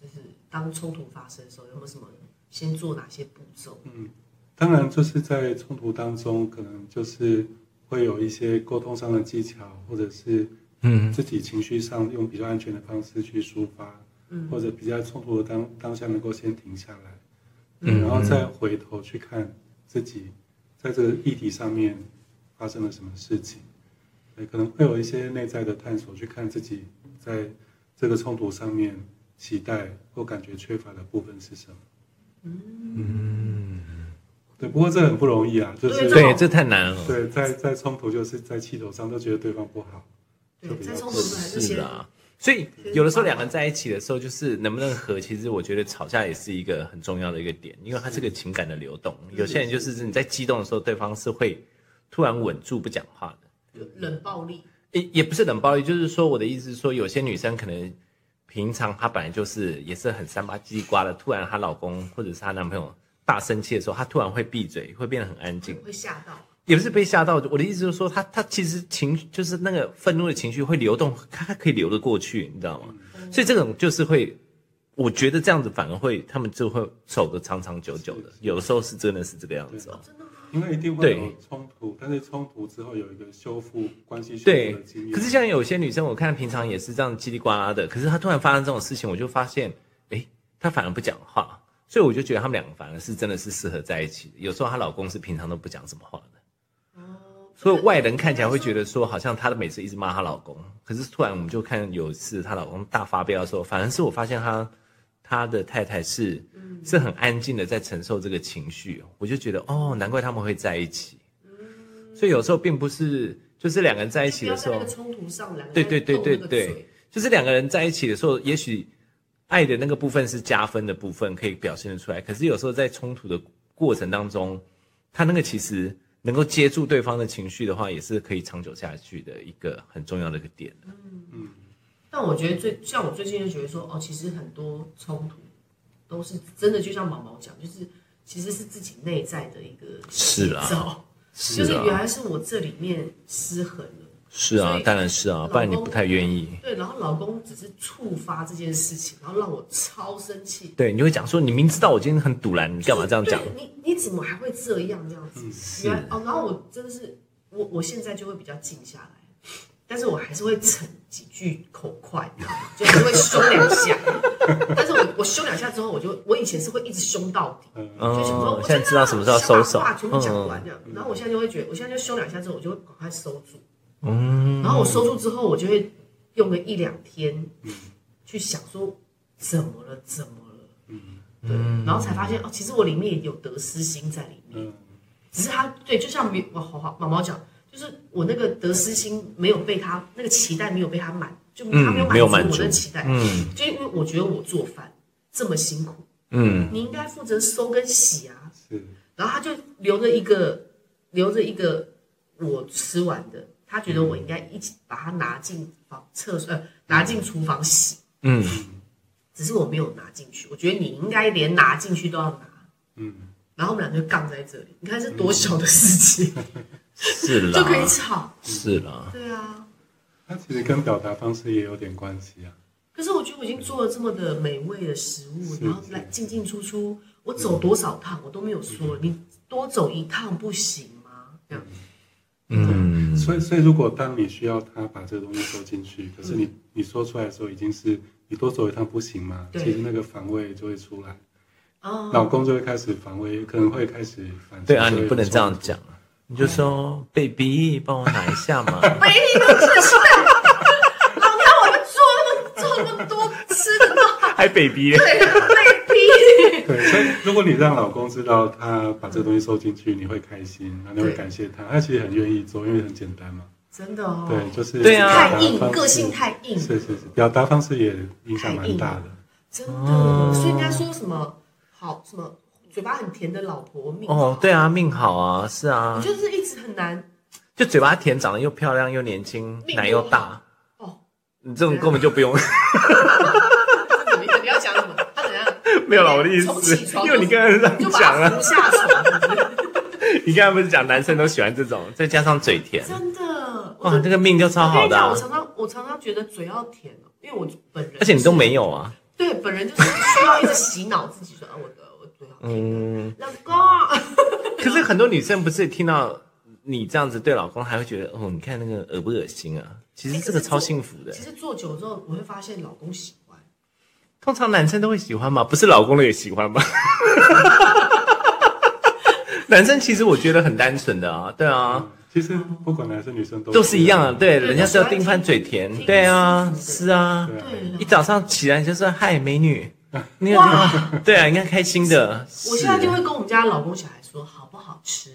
B: 就是当冲突发生的时候，有没有什么先做哪些步骤？
C: 嗯，当然就是在冲突当中，可能就是会有一些沟通上的技巧，或者是
A: 嗯
C: 自己情绪上用比较安全的方式去抒发，
B: 嗯
C: 或者比较冲突的当当下能够先停下来，
A: 嗯
C: 然后再回头去看自己在这个议题上面发生了什么事情，对，可能会有一些内在的探索，去看自己在这个冲突上面期待或感觉缺乏的部分是什么。
A: 嗯，
C: 对，不过这很不容易啊，就是
A: 对，这太难了。
C: 对，在在冲突就是在气头上都觉得对方不好，
B: 对
C: 就，比较
B: 在冲突还
A: 是
B: 是先
A: 啊，所以有的时候两个人在一起的时候，就是能不能和，其实我觉得吵架也是一个很重要的一个点，因为它是个情感的流动。有些人就是你在激动的时候，对方是会突然稳住不讲话的。
B: 冷暴力。
A: 也也不是冷暴力，就是说我的意思是说，有些女生可能平常她本来就是也是很三八叽里呱的，突然她老公或者是她男朋友大生气的时候，她突然会闭嘴，会变得很安静，
B: 会吓到，
A: 也不是被吓到。我的意思就是说，她她其实情就是那个愤怒的情绪会流动，她她可以流得过去，你知道吗？所以这种就是会，我觉得这样子反而会他们就会走得长长久久的，有的时候是真的是这个样子哦。
B: 真的吗？
C: 因为一定会
A: 对
C: 有冲突，但是冲突之后有一个修复关系修
A: 对
C: 复的经，验。
A: 可是像有些女生，我看平常也是这样叽里呱啦的，可是她突然发生这种事情，我就发现，诶，她反而不讲话，所以我就觉得她们两个反而是真的是适合在一起的。有时候她老公是平常都不讲什么话的，
B: 哦，
A: 所以外人看起来会觉得说，好像她每次一直骂她老公，可是突然我们就看有一次她老公大发飙的时候，反而是我发现她她的太太是是很安静的在承受这个情绪，我就觉得哦，难怪他们会在一起。所以有时候并不是就是两个人在一起的时
B: 就不要在
A: 候
B: 那个。冲突上，两个
A: 对
B: 人
A: 对对
B: 动
A: 对
B: 那个嘴
A: 对，就是两个人在一起的时候，也许爱的那个部分是加分的部分，可以表现得出来。可是有时候在冲突的过程当中，他那个其实能够接住对方的情绪的话，也是可以长久下去的一个很重要的一个点。
B: 但我觉得最像我最近就觉得说，哦，其实很多冲突都是真的，就像毛毛讲，就是其实是自己内在的一个
A: 是啊
B: 写照，
A: 是
B: 就是原
A: 啊，
B: 来是我这里面失衡了。
A: 是啊
B: 所，以
A: 当然是啊，不然你不太愿意。
B: 对，然后老公只是触发这件事情，然后让我超生气。
A: 对，你会讲说，你明知道我今天很堵然，你干嘛这样讲
B: 就？是对你你怎么还会这样这样子？原来哦，然后我真的是我我现在就会比较静下来，但是我还是会逞几句口快，你知道吗就还是会凶两下。 但是我我凶两下之后，我就我以前是会一直凶到底，
C: 嗯，
B: 就想说
A: 嗯
B: 我，
A: 现在知道什么时候要收手
B: 把话。全部讲
A: 嗯
B: 完这样。然后我现在就会觉得，我现在就凶两下之后，我就会赶快收住。
A: 嗯，
B: 然后我收住之后，我就会用个一两天去想说怎么了，怎么了，对，
A: 嗯
B: 然后才发现哦，其实我里面有得失心在里面，
C: 嗯
B: 只是他对，就像毛毛毛毛讲，就是我那个得失心没有被他那个期待没有被他满，就他
A: 嗯，没有满
B: 足我
A: 足
B: 的期待，
A: 嗯
B: 就因为我觉得我做饭这么辛苦，
A: 嗯，
B: 你应该负责收跟洗啊，
C: 是
B: 然后他就留着一个，留着一个我吃完的，他觉得我应该一起把它拿进房厕所，呃，拿进厨房洗，
A: 嗯，
B: 只是我没有拿进去。我觉得你应该连拿进去都要拿。
C: 嗯，
B: 然后我们俩就杠在这里，你看是多小的事情、
C: 嗯
A: 是啦，
B: 就可以吵，
A: 是啦，
B: 对啊。
C: 它其实跟表达方式也有点关系啊。
B: 可是我觉得我已经做了这么的美味的食物，
C: 是嗯
B: 然后来进进出出，我走多少趟我都没有说，你多走一趟不行吗？这样
A: 嗯。
C: 所以，所以如果当你需要他把这个东西收进去，可是你
A: 嗯
C: 你说出来的时候，已经是你多走一趟不行吗？
B: 对
C: 其实那个防卫就会出来，
B: 哦，
C: 老公就会开始防卫，可能会开始反击。
A: 对啊，
C: 就会
A: 你不能这样讲
C: 冲
A: 啊，你就说 baby，帮我拿一下嘛。
B: 没有这些，老娘我们做那么做那么多吃的，那
A: 还 baby 嘞？
B: 被被逼。
C: 突。对，所以如果你让老公知道他把这个东西收进去，你会开心，然后你会感谢他，他其实很愿意做，因为很简单嘛。
B: 真的哦，
C: 对，就是
A: 对啊
C: 表达
B: 太硬，
C: 方式
B: 个性太硬，
C: 是是是，表达方式也影响
B: 太
C: 蛮
B: 硬
C: 大的。
B: 真
A: 哦
B: 的，所以人家说什么好什么嘴巴很甜的老婆命
A: 哦，对啊，命好啊，是
B: 我
A: 啊，
B: 就是一直很难
A: 就嘴巴甜，长得又漂亮又年轻，
B: 命
A: 奶又
B: 多
A: 大，
B: 哦，
A: 你这种根本就不用。
B: 这怎么意思？你要讲什么？他怎样？
A: 没有啦，我的意
B: 从
A: 思
B: 起，啊床
A: 因为你
B: 就
A: 刚才这样
B: 就把
A: 讲
B: 他
A: 啊，
B: 扶下床，
A: 你刚才不是讲男生都喜欢这种，再加上嘴甜，
B: 真的，我
A: 哇，
B: 真
A: 这个命就超
B: 我跟
A: 好
B: 你
A: 的
B: 讲，
A: 啊
B: 我，常常我常常觉得嘴要甜哦，因为我本人，
A: 而且你都没有啊，
B: 对，本人就是需要一直洗脑自己说，啊，我的我嘴要甜，
A: 嗯。
B: 老公，
A: 可是很多女生不是听到你这样子对老公，还会觉得哦，你看那个恶不恶心啊？其
B: 哎
A: 实这个超幸福的
B: 其，实做久之后，我会发现老公喜欢，
A: 通常男生都会喜欢嘛，不是老公的也喜欢吗？ 男生其实我觉得很单纯的啊，对啊，
C: 嗯其实不管男生女生都
A: 都是一样的，啊对，
B: 对
A: 人家只要盯翻嘴甜
B: 都喜，欢
A: 对啊，
B: 听
A: 是啊，
C: 对啊
B: 对了
A: 一。早上起来就说嗨美女，你
B: 哇
A: 对啊，应该开心的，
B: 我现在就会跟我们家老公小孩说好不好吃，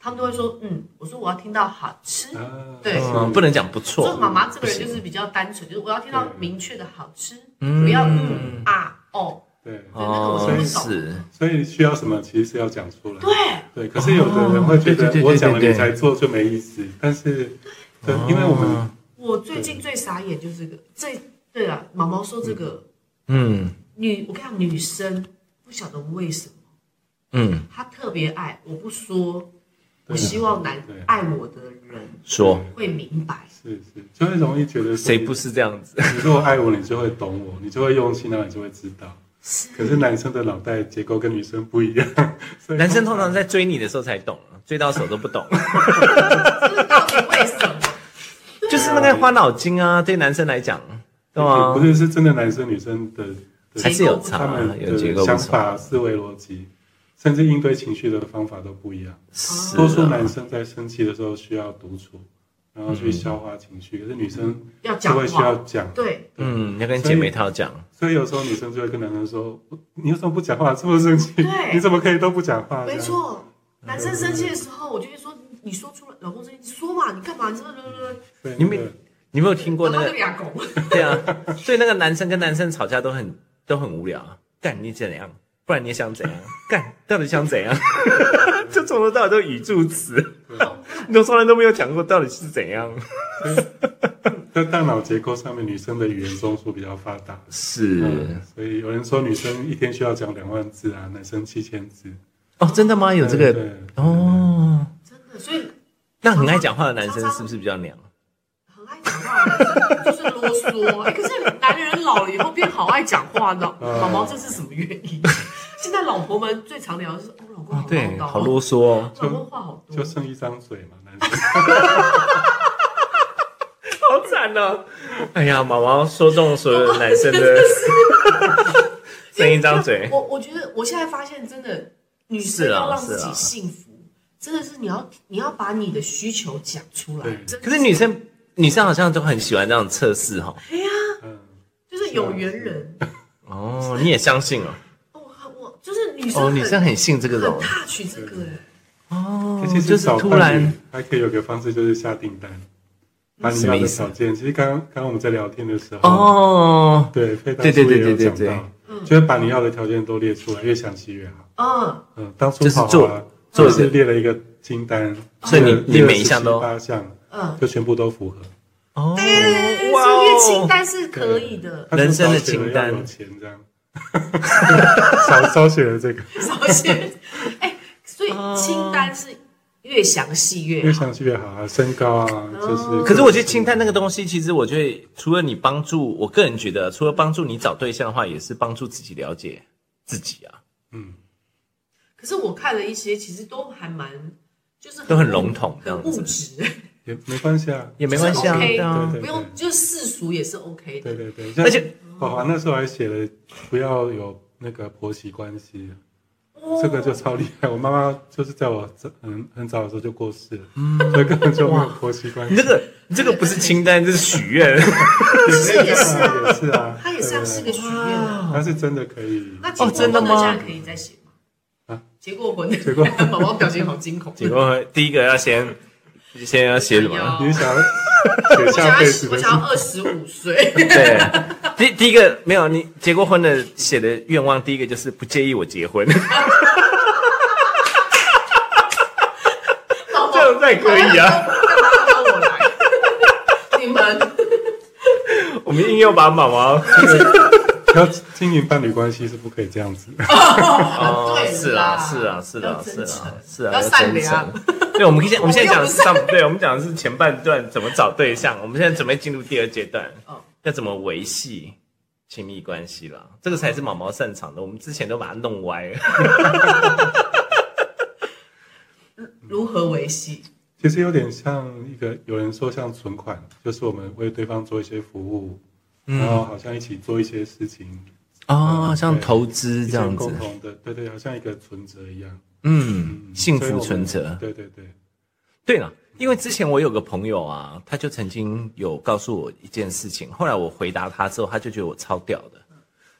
B: 他们都会说嗯，我说我要听到好吃。
C: 啊
A: 是
B: 对
A: 嗯，不能讲不
B: 所
A: 错
B: 以，妈妈这个人
A: 不行
B: 就是比较单纯，就是我要听到明确的好吃，
A: 嗯
B: 不要嗯啊哦，
C: 对，
B: 对那个
A: 哦
B: 我听不懂
A: 是，
C: 所以需要什么其实是要讲出来。
B: 对，
C: 对，可是有的人会觉
A: 哦对对
C: 得
A: 对对
C: 我讲了
A: 对对哦
C: 你才做就没意思，但是对，因为我们
B: 我最近最傻眼就是这个，最对了，毛毛说这个
A: 嗯
B: 女，我跟你讲，女生不晓得为什么
A: 嗯，
B: 她特别爱，我不说，我
C: 对
B: 希望男
C: 对
B: 爱我的人
A: 说
B: 会明白，
C: 是是就会容易觉得说
A: 谁不是这样子？
C: 你如果爱我，你就会懂我，你就会用心，那你就会知道。
B: 是
C: 可是男生的脑袋结构跟女生不一样，所以
A: 男生通常在追你的时候才懂，追到手都不 懂，
B: 这到底为什么？
A: 就是那个花脑筋啊，对男生来讲，对啊吗
C: 不？是是真的男生女生的的
A: 还是有差
C: 他
A: 啊
C: 们，
A: 有结构
C: 的
A: 不
C: 想
A: 同。
C: 法、思维逻辑，甚至应对情绪的方法都不一样。
A: 是
C: 多数
A: 啊
C: 男生在生气的时候需要独处，然后去消化情绪，可是女生
B: 要
C: 就
B: 讲
C: 会需要
B: 话，
C: 讲。
B: 对，
A: 嗯，要跟姐妹套讲，
C: 所以有时候女生就会跟男生说：“你为什么不讲话？这么生气？
B: 对
C: 你怎么可以都不讲话？”
B: 没错。男生生气的时候，我就会说：“你说出来，老公生气，你说嘛，你干嘛？你这个……
C: 这样，对
A: 你们
C: 那个
A: 你有没有听过那
B: 然后
A: 个
B: 就？俩狗。
A: 哦对啊，所以那个男生跟男生吵架都很都很无聊啊，干你怎样？不然你想怎样？干到底想怎样？ 就从头到尾都语助词，你从来都没有讲过到底是怎样。
C: 在大脑结构上面，女生的语言中枢比较发达。
A: 是
C: 嗯，所以有人说女生一天需要讲两万字啊，男生七千字。
A: 哦，真的吗？有这个
C: 对
A: 哦？
B: 真的，所以
A: 那很爱讲话的男生是不是比较娘？
B: 很爱讲话，就是啰嗦。哎，可是男人老了以后变好爱讲话呢，
C: 嗯
B: 毛毛这是什么原因？ 现在老婆们最常聊的是，哦，老公
A: 哦
B: 好，唠
A: 对，
B: 叨哦，
A: 好啰嗦哦，
B: 老公话好
C: 就
B: 多。
C: 剩一张嘴嘛，男生。
A: 好惨哦！哎呀，毛毛说中所有男生 的剩一张嘴，
B: 我我觉得我现在发现，真的女
A: 是
B: 生
A: 啊
B: 要让自
A: 是啊
B: 己幸福，真的是你要你要把你的需求讲出来。
C: 对
B: 真的
A: 可是女生女生好像都很喜欢这样测试哈。
C: 嗯，
B: 哎就是
A: 啊
B: 有缘人，
A: 哦，你也相信哦？
B: 哦我很我就是女生
A: 哦，
B: 很
A: 女生很信这个的
B: 很
A: 哦
B: touch 这个哎。
A: 哦，
C: 其
A: 就
C: 实
A: 是
C: 找
A: 突
C: 伴侣
A: 然
C: 还可以有个方式，就是下订单，把你要的条件。其实刚刚刚刚我们在聊天的时候，，
A: 哦，
C: 对，非常
A: 对对对对对
C: 讲到，
B: 嗯
C: 就是把你要的条件都列出来，越详细越好。
B: 嗯，
C: 嗯，当初
A: 就是
C: 跑
A: 做
C: 啊，
A: 做
C: 就
A: 一
C: 是
A: 个
C: 列了一个清单，呃
A: 所以你你
C: 列了
A: 每一项都
C: 17八项，
B: 嗯，
C: 就全部都符合。
A: 哦，
B: 对，
A: 哇
B: 这个清
A: 哦，
B: 单是可以的，
C: 他就
A: 人生的
C: 少写了
A: 清单
C: 要有钱这样， 少少写了这个，
B: 少写。哎，所以
A: 哦
B: 清单是越详细越
C: 越
B: 好。
C: 详细越好啊，身高啊，
B: 哦
C: 就是。
A: 可是我觉得清单那个东西，其实我觉得除了你帮助，我个人觉得除了帮助你找对象的话，也是帮助自己了解自己啊，
C: 嗯，
B: 可是我看了一些，其实都还蛮，就是
A: 都很笼统这
B: 很
A: 样
B: 物
A: 子，
B: 质，
C: 也没关系啊，
A: 也没关系啊，
B: 就是 OK，
A: 对啊
C: 对，对
B: 不用就是世俗也是 OK 的。
C: 对对对，
A: 而且
C: 像华华那时候还写了不要有那个婆媳关系，
A: 哦
C: 这个就超厉害。我妈妈就是在我这很很早的时候就过世了，所以根本就没有婆媳关系。
A: 你嗯这个你这个不是清单，这是许愿，
C: 也
B: 也是
C: 啊，也是啊，
B: 它也像是个
C: 对对对
B: 许愿啊。
C: 他是真的可以，
B: 那结
A: 哦真
B: 过
A: 的
B: 婚的
A: 吗
B: 现在可以再写吗
C: 啊？
B: 结过婚的，
C: 结过
B: 毛毛表情好惊恐。
A: 结果第一个要先现在要写什么？
C: 你想要写
B: 我想
C: 下
B: 要
C: 辈子
B: 哎我
C: 的
B: 想要二十五岁，
A: 对，第第一个没有你结过婚的写的愿望，第一个就是不介意我结婚，
B: 老公
A: 这样再可以啊。
B: 干嘛要我来？ 你们
A: 我们硬要把毛毛
C: 要经营伴侣关系是不可以这样子。
A: 哦
B: 对啦
A: 是啦，是啦，是啦
B: 要，
A: 是
B: 真
A: 啦
B: 诚，
A: 是啦，
B: 要善良
A: 真诚。对，我们现在我们现在 讲的是上，对我们讲的是前半段怎么找对象，我们现在准备进入第二阶段
B: 哦，
A: 要怎么维系亲密关系啦？这个才是毛毛擅长的，我们之前都把它弄歪了。
B: 如何维系？
C: 其实有点像一个，有人说像存款，就是我们为对方做一些服务，
A: 嗯
C: 然后好像一起做一些事情，
A: 哦，像
C: 对
A: 投资
C: 一
A: 这
C: 些
A: 样子
C: 共，同的，对对，好像一个存折一样，
A: 嗯，幸
C: 所以
A: 福
C: 我
A: 存
C: 们
A: 折。
C: 对对对，
A: 对了，因为之前我有个朋友啊，他就曾经有告诉我一件事情，后来我回答他之后，他就觉得我超屌的。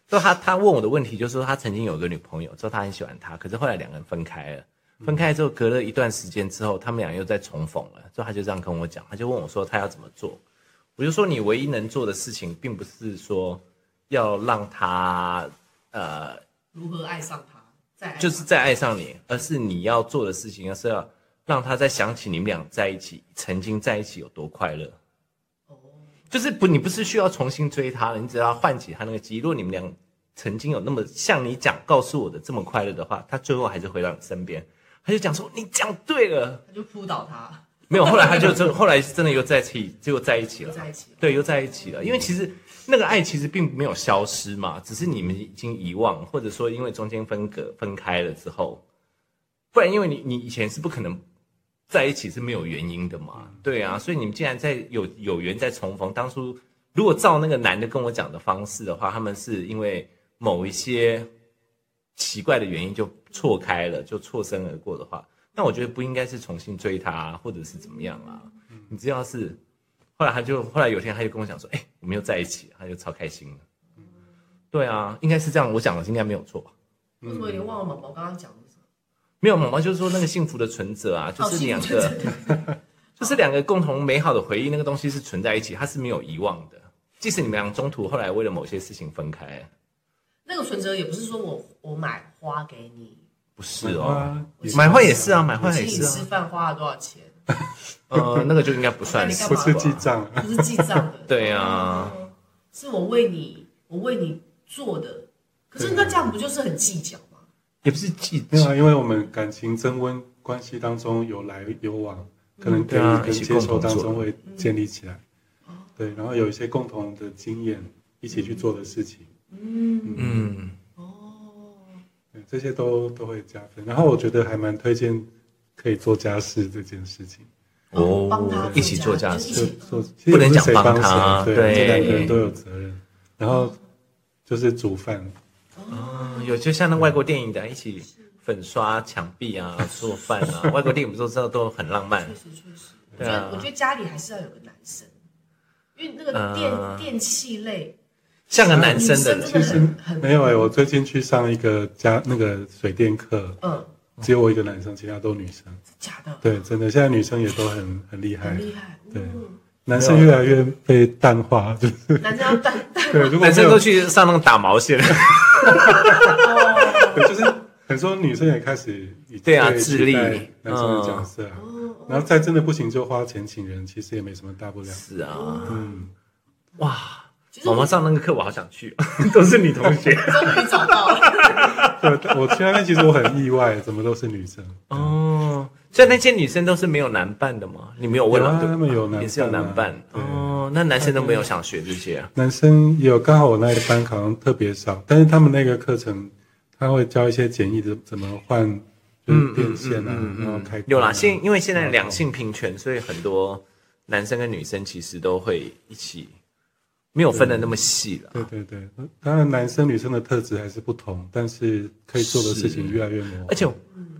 A: 就他他问我的问题，就是说他曾经有个女朋友，之后他很喜欢她，可是后来两个人分开了。分开之后，隔了一段时间之后，他们俩又再重逢了。之后他就这样跟我讲，他就问我说他要怎么做，我就说你唯一能做的事情，并不是说要让他呃
B: 如何爱上他？再爱他
A: 就是再爱上你，而是你要做的事情，而是要让他再想起你们俩在一起，曾经在一起有多快乐。
B: 哦
A: 就是不，你不是需要重新追他了，你只要唤起他那个记忆。如果你们俩曾经有那么像你讲告诉我的这么快乐的话，他最后还是回到你身边，他就讲说你讲对了。
B: 他就扑倒他，
A: 没有，后来他就真，后来是真的又在一起，结果在一起
B: 就
A: 了。
B: 在一起了。
A: 对，又在一起了。因为其实那个爱其实并没有消失嘛，只是你们已经遗忘，或者说因为中间分隔分开了之后，不然因为你你以前是不可能在一起是没有原因的嘛。
B: 嗯
A: 对啊，所以你们既然在有有缘再重逢，当初如果照那个男的跟我讲的方式的话，他们是因为某一些奇怪的原因就错开了，就错身而过的话，那我觉得不应该是重新追他，或者是怎么样啊？
B: 嗯
A: 你只要是后来他就后来有一天他就跟我讲说，哎、我们又在一起了，他就超开心了。对啊，应该是这样，我讲的应该没有错吧？
B: 为什么有点忘了毛毛刚刚讲的是什么？
A: 没有，毛毛就是说那个幸福的存折啊，就是两
B: 哦
A: 个，就是两个共同美好的回忆，那个东西是存在一起，它是没有遗忘的。即使你们俩中途后来为了某些事情分开，
B: 那个存折也不是说我我买花给你，
A: 不是哦，
C: 啊，
A: 买花也是啊，买
B: 我
A: 花也
B: 请你
A: 是
B: 吃
A: 啊，
B: 饭花了多少钱，
A: 呃，那个就应该不算是
B: 干
C: 不
B: 嘛
A: 吧
C: 是记账啊，
B: 不是记账的。
A: 对啊，
B: 是我为你，我为你做的。可是那这样不就是很计较吗？
A: 也不是记
C: 没有啊，因为我们感情增温关系当中有来有往，可能给
A: 对啊
C: 予跟
A: 一起
C: 接
A: 共
C: 受
A: 同
C: 当
A: 做
C: 中会建立起来，
A: 嗯
C: 对，然后有一些共同的经验，一起去做的事情。
A: 嗯，
B: 哦，
C: 对，这些都都会加分。然后我觉得还蛮推荐可以做家事这件事情，
A: 哦
B: 帮他做
A: 一起做家
B: 家
A: 事
B: 事，就
C: 就
B: 是一起
C: 做
A: 不能讲
C: 其实也是谁
A: 帮
C: 谁啊
A: 他
C: 对，
A: 对
C: 这两个人都有责任。然后就是煮饭，
A: 嗯有就像那外国电影的一起粉刷墙壁啊，做饭 啊，外国电影不都知道都很浪漫
B: 确？实确实，我
A: 对
B: 觉
A: 啊
B: 得我觉得家里还是要有个男生，因为那个电、
A: 嗯
B: 电器类
A: 像个男生嗯的
B: 女
A: 人
B: 生真的很很
C: 没有哎、我最近去上一个家那个水电课，
B: 嗯，
C: 只有我一个男生，其他都女生。
B: 是假的，
C: 对，真的，现在女生也都很很厉害
B: 很，厉害。
C: 对
B: 嗯，
C: 男生越来越被淡化，就是
B: 男生要 淡淡
C: 对，如果
A: 男
C: 没
A: 生
C: 有
A: 都，去上那个打毛线，
B: 哦，
C: 对就是很多女生也开始以
A: 对啊
C: 被
A: 自
C: 取
A: 立嗯
C: 代男生的角色啊。
B: 哦
C: 然后再真的不行就花钱请人，其实也没什么大不了。
A: 是啊，
C: 嗯，
A: 哇！
B: 其实
A: 毛
B: 我
A: 毛上那个课我好想去， 都是女同学。
B: 终于找到了，
C: 对，我去那边其实我很意外，怎么都是女生。
A: 哦，所以那些女生都是没有男伴的吗？你没有问
C: 有
A: 啊
C: 啊
A: 对吧
C: 他们有男伴啊
A: 也是有男伴。
C: 对
A: 哦，那男生都没有想学这些啊。
C: 男生也有，刚好我那个班好像特别少，但是他们那个课程他会教一些简易的怎么换，
A: 嗯
C: 就是电线啊，然后开关啊
A: 有啦，现因为现在两性平权，所以很多男生跟女生其实都会一起，没有分的那么细了。
C: 对对对，当然男生女生的特质还是不同，但是可以做的事情越来越模糊。
A: 而且我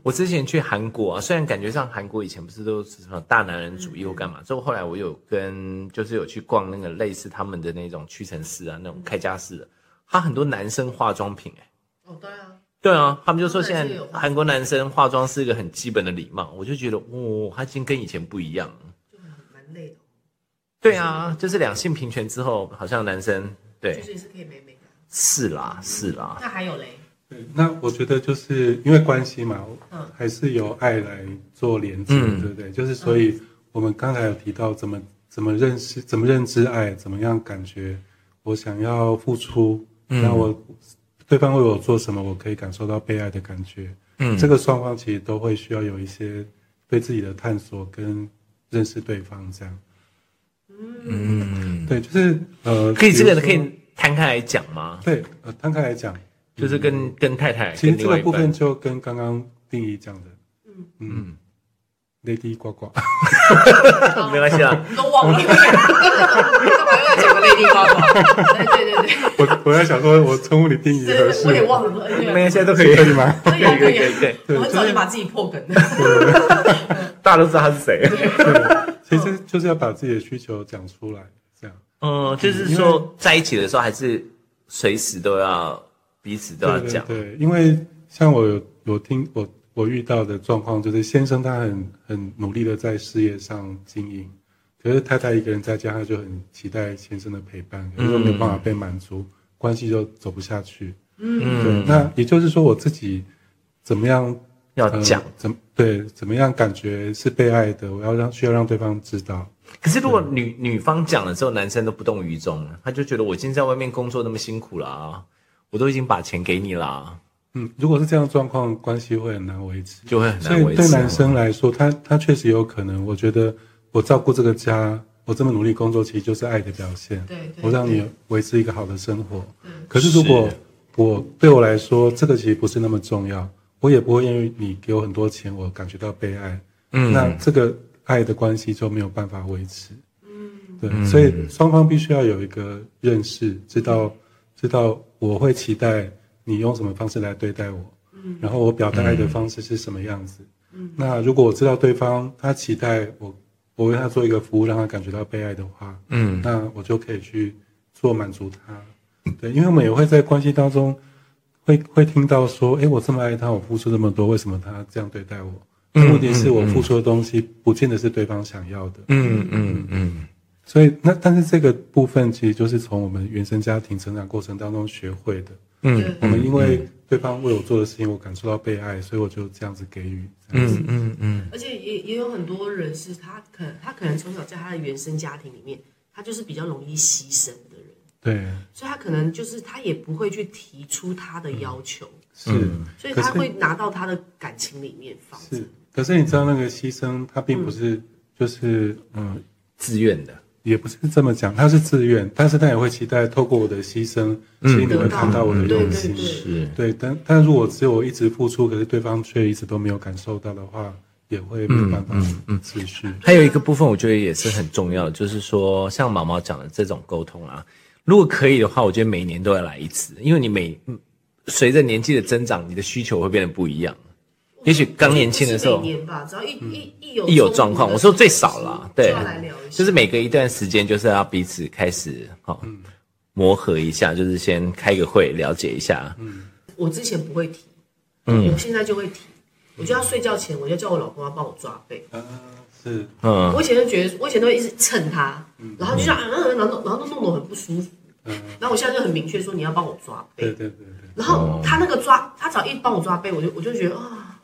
A: 我之前去韩国啊，虽然感觉上韩国以前不是都是什么大男人主义或干嘛，之后后来我有跟就是有去逛那个类似他们的那种屈臣氏啊，那种开家式的，他很多男生化妆品哎、
B: 哦对啊，
A: 对啊，他们就说
B: 他
A: 现
B: 们还是
A: 在
B: 有化妆
A: 韩国男生化妆是一个很基本的礼貌，我就觉得哦，他已经跟以前不一样了。
B: 就很蛮累的哦，
A: 对啊，就是两性平权之后，好像男生
B: 就
A: 对
B: 是也是可以美美的。
A: 是啦是啦，
B: 那还有嘞，
C: 对，那我觉得就是因为关系嘛，
B: 嗯
C: 还是由爱来做连接，
A: 嗯
C: 对不对？就是所以我们刚才有提到怎么怎么认识、怎么认知爱，怎么样感觉我想要付出，
A: 嗯
C: 那我对方为我做什么，我可以感受到被爱的感觉。
A: 嗯，
C: 这个双方其实都会需要有一些对自己的探索跟认识对方，这样
A: 嗯，
C: 对，就是呃，
A: 可以这个
C: 比如
A: 可
C: 说
A: 以摊开来讲吗？
C: 对呃摊开来讲，嗯
A: 就是跟跟太太
C: 其实
A: 哎跟
C: 这
A: 另外
C: 个
A: 一
C: 部分
A: 半，
C: 就跟刚刚定义讲的，
B: 嗯
C: 嗯，Lady 呱呱，
A: 没关系啊啦，
B: 你都忘了，干嘛要讲个 Lady 包包？对对对对
C: 我我在想说，我称呼你定义
B: 对
C: 合
B: 对，
C: 适
B: 我也
C: 吗？
B: 忘了，对
A: 没关系都可
C: 可
A: 以
C: 以，可以吗？
B: 对啊
A: 可以
B: 对
A: 可
B: 啊
A: 以可以，
B: 我很早就把自己破梗了。
A: 大家都知道他是谁。
C: 对，其实就是要把自己的需求讲出来，这样
A: 嗯，就是
C: 因
A: 说在一起的时候，还是随时都要彼此都要
C: 对
A: 讲。
C: 对对，因为像我有有听我我遇到的状况，就是先生他很很努力的在事业上经营，可是太太一个人在家，他就很期待先生的陪伴，可是又没有办法被满足，关系就走不下去。对，
A: 嗯，
C: 那也就是说我自己怎么样
A: 要
C: 呃
A: 讲。
C: 怎对怎么样感觉是被爱的，我要让需要让对方知道。
A: 可是如果女女方讲了之后，男生都不动于衷，他就觉得我已经在外面工作那么辛苦了啊，我都已经把钱给你啦、
C: 嗯，如果是这样的状况，关系会很难维持。
A: 就会很
C: 所
A: 难维
C: 以
A: 持。啊
C: 对男生来说，他他确实有可能，我觉得我照顾这个家，我这么努力工作，其实就是爱的表现。
B: 对嗯对
C: 我让你
B: 对
C: 维持一个好的生活
B: 对。
C: 可是如果
A: 是
C: 我对我来说，这个其实不是那么重要，我也不会因为你给我很多钱，我感觉到被爱。
A: 嗯
C: 那这个爱的关系就没有办法维持。
B: 嗯
C: 对，
A: 嗯
C: 所以双方必须要有一个认识，知道知道我会期待你用什么方式来对待我，
B: 嗯
C: 然后我表达爱的方式是什么样子。
B: 嗯
C: 那如果我知道对方他期待我，我为他做一个服务，让他感觉到被爱的话，
A: 嗯
C: 那我就可以去做满足他。对，因为我们也会在关系当中会会听到说，诶，我这么爱他，我付出这么多，为什么他这样对待我？
A: 嗯
C: 目的是我
A: 嗯嗯
C: 付出的东西不见得是对方想要的。
A: 嗯嗯嗯
C: 所以那但是这个部分其实就是从我们原生家庭成长过程当中学会的。
A: 嗯
C: 我们因为对方为我做的事情，我感受到被爱，所以我就这样子给予。这样子
A: 嗯嗯嗯
B: 而且也也有很多人是他可能他可能从小在他的原生家庭里面，他就是比较容易牺牲的人，
C: 对，
B: 所以他可能就是他也不会去提出他的要求，
C: 是、
A: 嗯
B: 所以他
C: 可是
B: 会拿到他的感情里面放着
C: 是。。可是你知道那个牺牲，他并不是、就是嗯，
A: 自愿的。
C: 也不是这么讲，他是自愿，但是他也会期待透过我的牺牲，其实你会看到我的用心。
B: 嗯对
A: 是
C: 对，但但如果只有我一直付出，可是对方却一直都没有感受到的话，也会没有办
B: 嗯
C: 法持续。
A: 还有一个部分，我觉得也是很重要的，就是说，像毛毛讲的这种沟通啊，如果可以的话，我觉得每年都要来一次，因为你每嗯随着年纪的增长，你的需求会变得不一样。也许刚年轻的时
B: 不
A: 候
B: 是每年吧，只要一
C: 嗯
B: 一一有
A: 一有状况，
B: 冲
A: 我
B: 突的时候
A: 说最少啦，
B: 就
A: 对
B: 要来聊一，下，
A: 就是每隔一段时间，就是要彼此开始哈、哦磨合一下，就是先开个会了解一下，
B: 嗯我之前不会提，
A: 嗯
B: 我现在就会提。我就要睡觉前，我就叫我老公要帮我抓背。
C: 啊，是，
A: 嗯
B: 我以前就觉得，我以前都会一直蹭他，然后就这样，嗯嗯然后然后弄得我很不舒服。
C: 嗯、
B: 然后我现在就很明确说你要帮我抓
C: 对
B: 背，
C: 对对对，
B: 然
A: 哦
B: 后他那个抓，他只要一帮我抓背，我就我就觉得啊，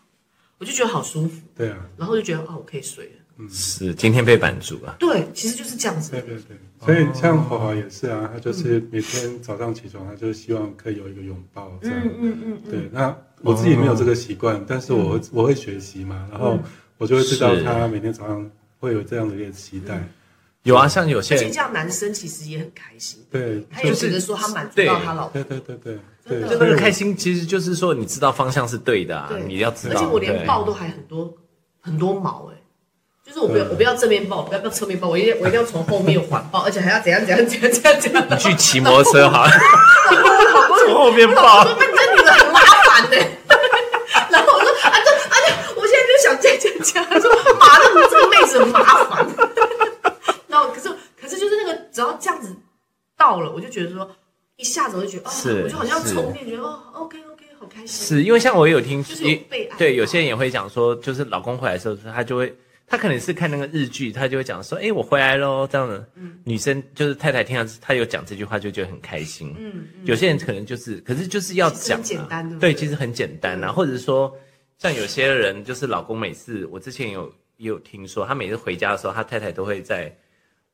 B: 我就觉得好舒服，
C: 对啊，
B: 然后就觉得啊，我可以睡了。
A: 是今天被满足了，
B: 对，其实就是这样子
C: 对。对对。所
B: 哦
C: 以像华华也是啊，他就是
B: 嗯
C: 每天早上起床，他就希望可以有一个拥抱这样。
B: 嗯嗯嗯，
C: 对，那我自己没有这个习惯，但是我会我会学习嘛，
B: 嗯
C: 然后我就会知道
A: 是
C: 他每天早上会有这样的一个期待。
B: 嗯
A: 有啊，像有些
B: 而且
A: 人
B: 这样男生其实也很开心，
C: 对，
B: 他也觉得说他满足到他老婆
C: 对。对对对
A: 就
B: 真的
C: 对，
B: 就
A: 那
C: 所以
A: 个
C: 我
A: 开心，其实就是说你知道方向是对的、啊，
B: 对，
A: 你要知道。
B: 而且我连
A: 对
B: 抱都还很多很多毛哎、就是我不要
C: 嗯
B: 我不要正面抱，我不要不要侧面抱，我一定我一定要从后面环抱，而且还要怎样怎样怎样怎样怎样。
A: 你去骑摩托车好了， 从后面
B: 我
A: 抱
B: 说。那你这女的很麻烦呢、然后我说啊对啊对，我现在就想这样这样这样。他说妈的，你这个妹子很麻烦。然后可是可是就是那个只要这样子到了，我就觉得说一下子我就觉得啊，
A: 是
B: 我就好像
A: 是
B: 充电，觉得哦 OK OK 好开开心。
A: 是因为像我也有听，
B: 就是有被爱
A: 对有些人也会讲说，就是老公回来的时候，他就会，他可能是看那个日剧，他就会讲说，哎、我回来喽，这样的。
B: 嗯
A: 女生就是太太听到他有讲这句话，就觉得很开心。
B: 嗯，嗯
A: 有些人可能就是，可是就是要讲、啊，
B: 其实很简单对不
A: 对
B: 对嗯
A: 其实很简单啊，或者说像有些人就是老公每次，我之前有也有听说，他每次回家的时候，他太太都会在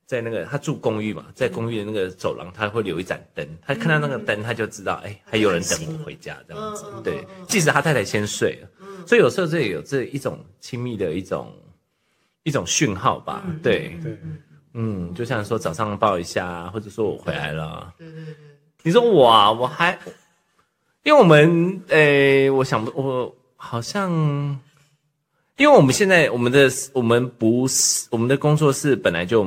A: 在那个他住公寓嘛，在公寓的那个走廊，他会留一盏灯，他看到那个
B: 嗯
A: 灯，他就知道，哎、还有人等我回家这样子
B: 嗯嗯嗯。
A: 对
B: 嗯嗯，
A: 即使他太太先睡了，所以有时候这也有这一种亲密的一种一种讯号吧。
B: 嗯
A: 对，
C: 对，
A: 嗯，就像说早上抱一下，或者说我回来了。
B: 对对对，
A: 你说我啊，我还，因为我们诶、我想不，我好像，因为我们现在我们的我们不是我们的工作室本来就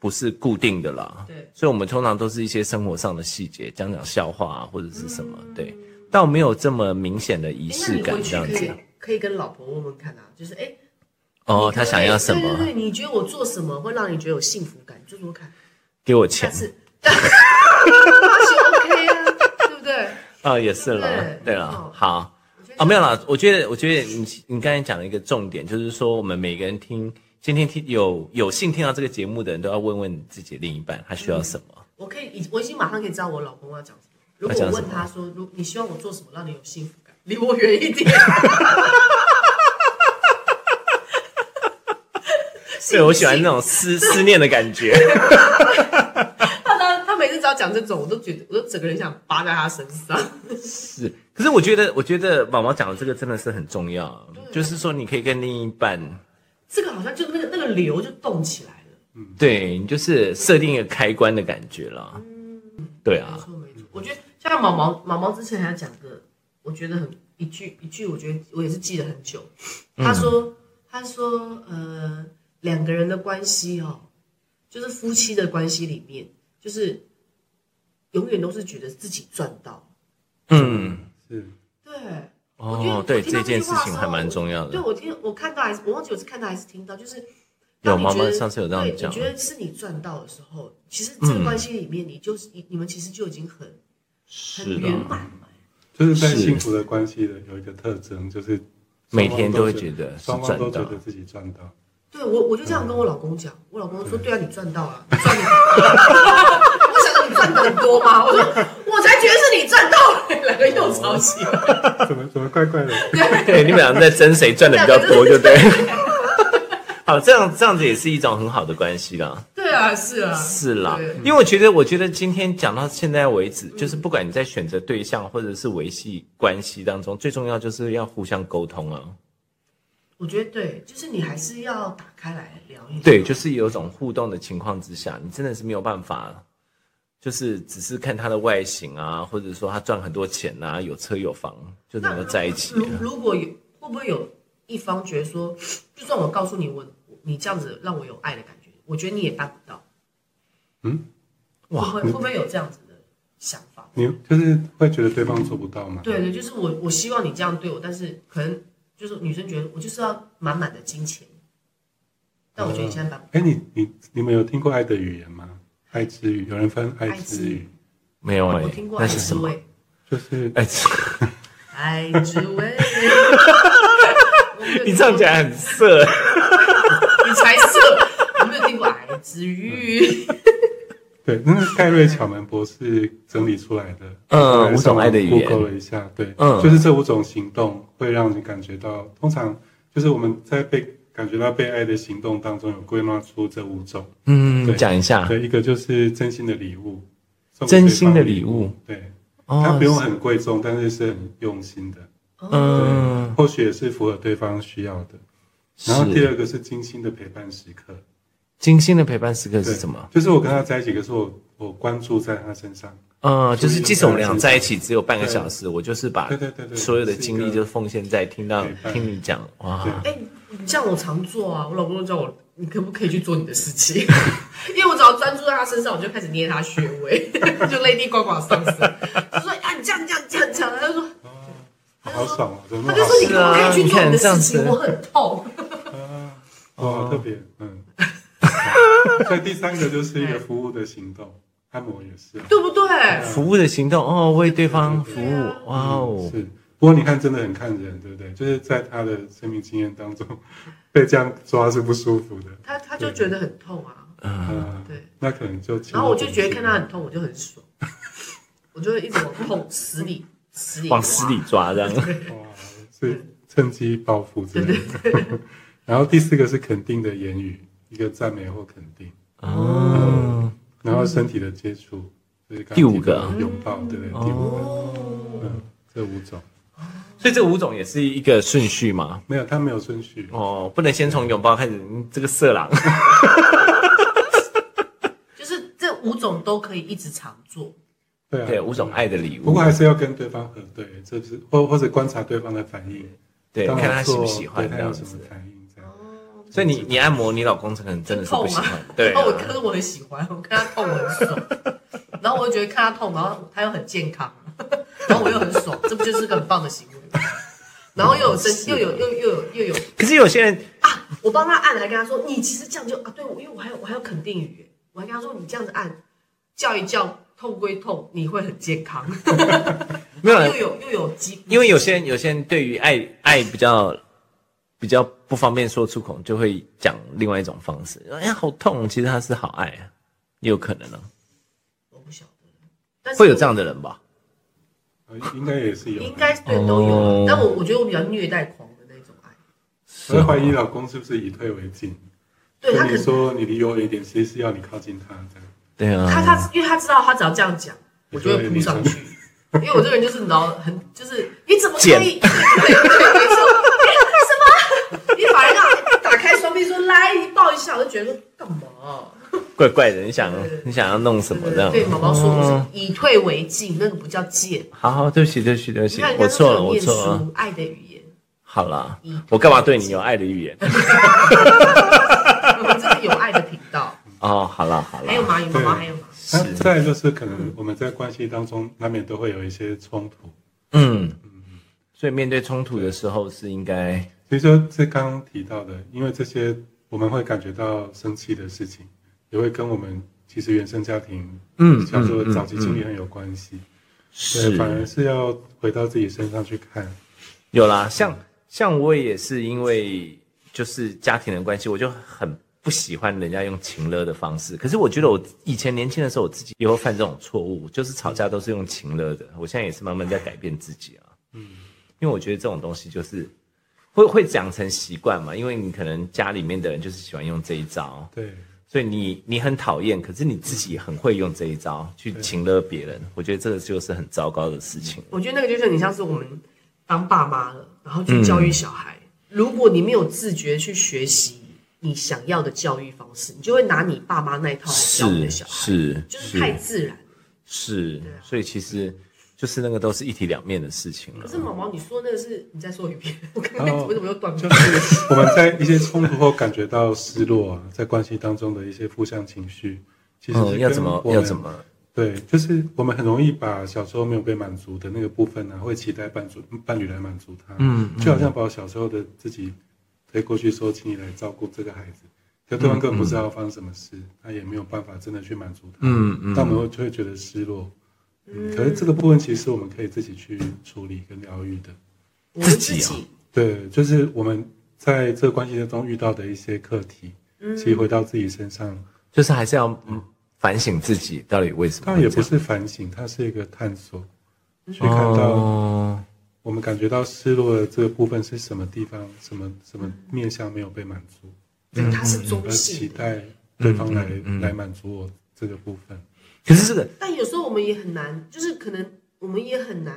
A: 不是固定的啦，
B: 对，
A: 所以我们通常都是一些生活上的细节，讲讲笑话、啊、或者是什么，对，倒没有这么明显的仪
B: 诶
A: 式
B: 那你
A: 感
B: 回去
A: 这样
B: 可
A: 子
B: 以。可以跟老婆问问看啊，就是哎，
A: 哦，
B: 你可不可以
A: 他想要什
B: 对对
A: 么？
B: 对，你觉得我做什么会让你觉得有幸福感？你做做看，
A: 给我
B: 下
A: 钱
B: 次，发现 OK 啊，对不对？
A: 啊，也是啦
B: 对，
A: 对
B: 哦
A: 了，好。
B: 我觉得
A: 啊，没有啦，我觉得，我觉得你你刚才讲了一个重点，就是说我们每个人听今天听有有幸听到这个节目的人都要问问自己的另一半他需要什么。
B: 我可以已我已经马上可以知道我老公要讲什么。如果
A: 他
B: 我
A: 讲什么
B: 问他说，如你希望我做什么让你有幸福感，离我远一 点。
A: 对，我喜欢那种思思念的感觉。
B: 他他他每次只要讲这种，我都觉得我都整个人想扒在他身上。
A: 是，可是我觉得，我觉得毛毛讲的这个真的是很重要，啊就是说你可以跟另一半，
B: 这个好像就那个那个瘤就动起来了。
A: 对你就是设定一个开关的感觉啦。对
B: 没
A: 啊，
B: 错没错，我觉得像毛毛毛毛之前还讲个，我觉得很一句一句，我觉得我也是记得很久。
A: 嗯
B: 他说、他说呃，两个人的关系哦，就是夫妻的关系里面，就是永远都是觉得自己赚到。
A: 嗯，
C: 是
B: 对，我觉得
A: 哦
B: 我，
A: 对，
B: 听到
A: 这件
B: 句
A: 事
B: 话的
A: 情
B: 时候
A: 还蛮重要
B: 对，
A: 的。
B: 我听我看到还是我忘记我是看到还是听到，就是
A: 有
B: 当你
A: 毛
B: 觉
A: 毛
B: 得
A: 上次有这样
B: 对
A: 讲
B: 你，觉得是你赚到的时候，其实这个
A: 嗯
B: 关系里面，你就是你你们其实就已经很
A: 是
B: 很
A: 的
B: 圆，满了。
C: 就是在
A: 是
C: 幸福的关系的有一个特征，就是
A: 每天都会觉
C: 双
A: 得是
C: 方双方
A: 赚
C: 都觉
A: 到。
C: 得自己赚到。
B: 对我，我就这样跟我老公讲，我老公
A: 嗯
B: 说：“对啊，你赚到了，你赚你。” 我想说你赚的很多吗？我说我才觉得是你赚到了，两个又吵起来。
C: 怎么怎么怪怪的？
A: 对，你们俩在争谁赚的比较多，就 对。好，这样这样子也是一种很好的关系啦。
B: 对啊，是啊，
A: 是啦
B: 对，
A: 因为我觉得，我觉得今天讲到现在为止，就是不管你在选择对象或者是维系关系当中，最重要就是要互相沟通啊。
B: 我觉得对，就是你还是要打开来聊一聊。
A: 对，就是有一种互动的情况之下，你真的是没有办法，就是只是看他的外形啊，或者说他赚很多钱啊，有车有房就
B: 那
A: 能够在一起
B: 如
A: 了。
B: 如果有，会不会有一方觉得说，就算我告诉你我你这样子让我有爱的感觉，我觉得你也办不到。
C: 嗯，
B: 哇，会不会会不会有这样子的想法？
C: 你就是会觉得对方做不到嘛？
B: 对对，就是我我希望你这样对我，但是可能就是女生觉得我就是要满满的金钱，但我觉得你现在把
C: 哎，你你你们有听过爱的语言吗？爱之语，有人分爱
B: 爱之
C: 之
B: 语
C: 语，
A: 没有哎、
B: 我听过
A: 那
B: 爱
A: 是什
B: 之
A: 么？
B: 味，
C: 就是
A: 哎，这
B: 爱之 味。我没有听过
A: 你这样讲很色。欸
B: 你才色，我没有听过爱之语。
C: 对，那个盖瑞巧门博士整理出来的，
A: 嗯五种爱的语言
C: g o 了一下，对，
A: 嗯
C: 就是这五种行动会让你感觉到，通常就是我们在被感觉到被爱的行动当中有归纳出这五种，
A: 嗯，
C: 对
A: 讲一下
C: 对，一个就是真心的礼物，送给
A: 真心的
C: 对方
A: 礼物，
C: 对，它
A: 哦
C: 不用很贵重，但是是很用心的，对，
A: 嗯，
C: 或许也是符合对方需要的。然后第
A: 是
C: 二个是精心的陪伴时刻，
A: 精心的陪伴时刻
C: 对
A: 是什么？？
C: 就是我跟他在一起，可是我我关注在他身上。
A: 嗯，就是
C: 注意
A: 即使我们俩
C: 感受
A: 在一起只有半个小时，我就是把
C: 对对对对
A: 所有的
C: 是一
A: 精力
C: 个
A: 就奉献在听到
C: 陪伴
A: 听你讲，哇
C: 对，
B: 哎，你这样我常做啊，我老公都叫我，你可不可以去做你的事情？ 因为我只要专注在他身上，我就开始捏他穴位，就 Lady 呱呱上身， 就说啊，你这样这样这样这样，他就说。
C: 好爽哦！怎么
B: 他
C: 那么
B: 就
C: 好
B: 说你
C: 爽？
B: 可不可以去做你
A: 嗯是啊你看
B: 的事情？
A: 这样子
B: 我很痛。
C: 哦，好特别，嗯。所以第三个就是一个服务的行动，按摩也是啊，
B: 对不对？
A: 服务的行动哦，为对方服
B: 对啊
A: 务，哇哦，
C: 嗯是。不过你看，真的很看人，对不对？就是在他的生命经验当中，被这样抓是不舒服的。
B: 他他就觉得很痛啊，
A: 嗯，
C: 嗯，
B: 对。
C: 那可能就
B: 然后我就觉得看他很痛，我就很爽， 我就会一直往痛死 里死里
A: 往死里抓这样。
C: 哇，所以趁机报复之类的。 然后第四个是肯定的言语，一个赞美或肯定，
A: 哦，
C: 然后身体的接触，就是刚刚
A: 第五个
C: 提到的拥抱，对不对？第五个，
B: 哦，
C: 嗯，这五种
A: 所以这五种也是一个顺序嘛。
C: 没有，它没有顺序。
A: 哦，不能先从拥抱开始，嗯这个色狼。
B: 啊就是这五种都可以一直常做，
C: 对啊，
A: 对，五种爱的礼
C: 不
A: 物
C: 过。还是要跟对方核对，这是或或者观察对方的反应，
A: 对，
C: 当我
A: 看他喜
C: 做
A: 不喜欢
C: 对
A: 这
C: 他有
A: 样
C: 什么
A: 子。
C: 反应这样。
A: 所以你你按摩，你老公可能真的是不喜
B: 痛
A: 欢。对啊
B: 然后我可是我很喜欢，我看他痛我很爽， 然后我就觉得看他痛，然后他又很健康，啊 然后我又很爽，这不就是个很棒的行为吗？ 然后又有生，又有又又有又有
A: 可是有些人
B: 啊！我帮他按，还跟他说，你其实这样就啊，对我，因为我还有我还有肯定语耶，我还跟他说，你这样子按，叫一叫，痛归痛，你会很健康，
A: 没有人啊
B: 又有又有肌，
A: 因为有些人有些人对于爱爱比较比较不方便说出口，就会讲另外一种方式。哎呀，好痛！其实他是好爱啊，也有可能啊，
B: 我不晓得，但是
A: 会有这样的人吧？
C: 呃应该也是有，
B: 应该对都有
A: 哦
B: 啊，但我我觉得我比较虐待狂的那种爱，
C: 我会怀疑老公是不是以退为进，
B: 对他可
C: 跟你
B: 能
C: 说你离我远一点，其实是要你靠近他这样。
A: 对啊，
B: 他他因为他知道他只要这样讲，我就会扑上去，因为我这个人就是你知道很就是你怎么可以
A: 贱
B: 对对对没错，哎什么你把人家打开双臂说来你抱一下，我就觉得说干嘛？
A: 怪怪的，你想
B: 对对对
A: 你想要弄什么这样？
B: 对毛毛说
A: 哦
B: 我是以退为进，那个不叫贱。
A: 好好，对不起，对不起，对不
B: 你
A: 起
B: 看，人
A: 我
B: 家
A: 错
B: 都
A: 了，
B: 有
A: 我
B: 念
A: 错了。啊
B: 书，爱的语言，
A: 好啦
B: 嗯，
A: 我干嘛对你有爱的语言？
B: 我们这是有爱的频 道。
A: 哦，好啦，好啦
B: 还，有蚂蚁妈妈，
C: 对
B: 还有吗？
A: 是
C: 那，再来就是可能我们在关系当中难免都会有一些冲突，
A: 嗯，所以面对冲突的时候是应该，
C: 所以说这刚刚提到的，因为这些我们会感觉到生气的事情，也会跟我们其实原生家庭
A: 嗯
C: 小时候
A: 嗯嗯嗯
C: 早期经历很有关系，对，反而
A: 是
C: 是要回到自己身上去看，
A: 有啦。像像我也是因为就是家庭的关系，我就很不喜欢人家用情勒的方式。可是我觉得我以前年轻的时候，我自己也会犯这种错误，就是吵架都是用情勒的。我现在也是慢慢在改变自己啊。
C: 嗯，
A: 因为我觉得这种东西就是会会讲成习惯嘛，因为你可能家里面的人就是喜欢用这一招，
C: 对，
A: 所以你你很讨厌，可是你自己也很会用这一招去情勒别人，我觉得这个就是很糟糕的事情。
B: 我觉得那个就是你像是我们当爸妈了，然后去教育小孩。
A: 嗯
B: 如果你没有自觉去学习你想要的教育方式，你就会拿你爸妈那一套来教你的
A: 是
B: 小孩，
A: 是
B: 嗯就是太自然。
A: 是
B: 对啊，
A: 所以其实就是那个都是一体两面的事情
B: 可
A: 了。
B: 是毛毛，你说那个是你再说一遍，我刚
C: 哦
B: 刚为什么又断
C: 就
B: 片？
C: 是我们在一些冲突后感觉到失落啊，在关系当中的一些负向情绪，其实是
A: 嗯，要怎
C: 跟
A: 么
C: 我们
A: 要怎么
C: 对，就是我们很容易把小时候没有被满足的那个部分呢、会期待伴主伴侣来满足他。
A: 嗯嗯
C: 就好像把我小时候的自己推过去说，请你来照顾这个孩子，可对方根本不知道发生什么事，他也没有办法真的去满足他。
A: 嗯嗯
C: 那我们会就会觉得失落。嗯，可是这个部分其实我们可以自己去处理跟疗愈的。
B: 我们
A: 自
B: 自
A: 己啊
B: 己
C: 对，就是我们在这个关系当中遇到的一些课题，其实回到自己身上，
A: 就是还是要嗯反省自己到底为什么
C: 当然
A: 会
C: 也
A: 这
C: 不
A: 样。
C: 是反省，它是一个探索，
A: 嗯
C: 去看到
A: 哦
C: 我们感觉到失落的这个部分是什么地方、什么什么面向没有被满足，
B: 对，它是中
C: 而期
B: 性的。
C: 待对方来
A: 嗯嗯嗯
C: 来满足我这个部分。
A: 可是这个
B: 但有时候我们也很难，就是可能我们也很难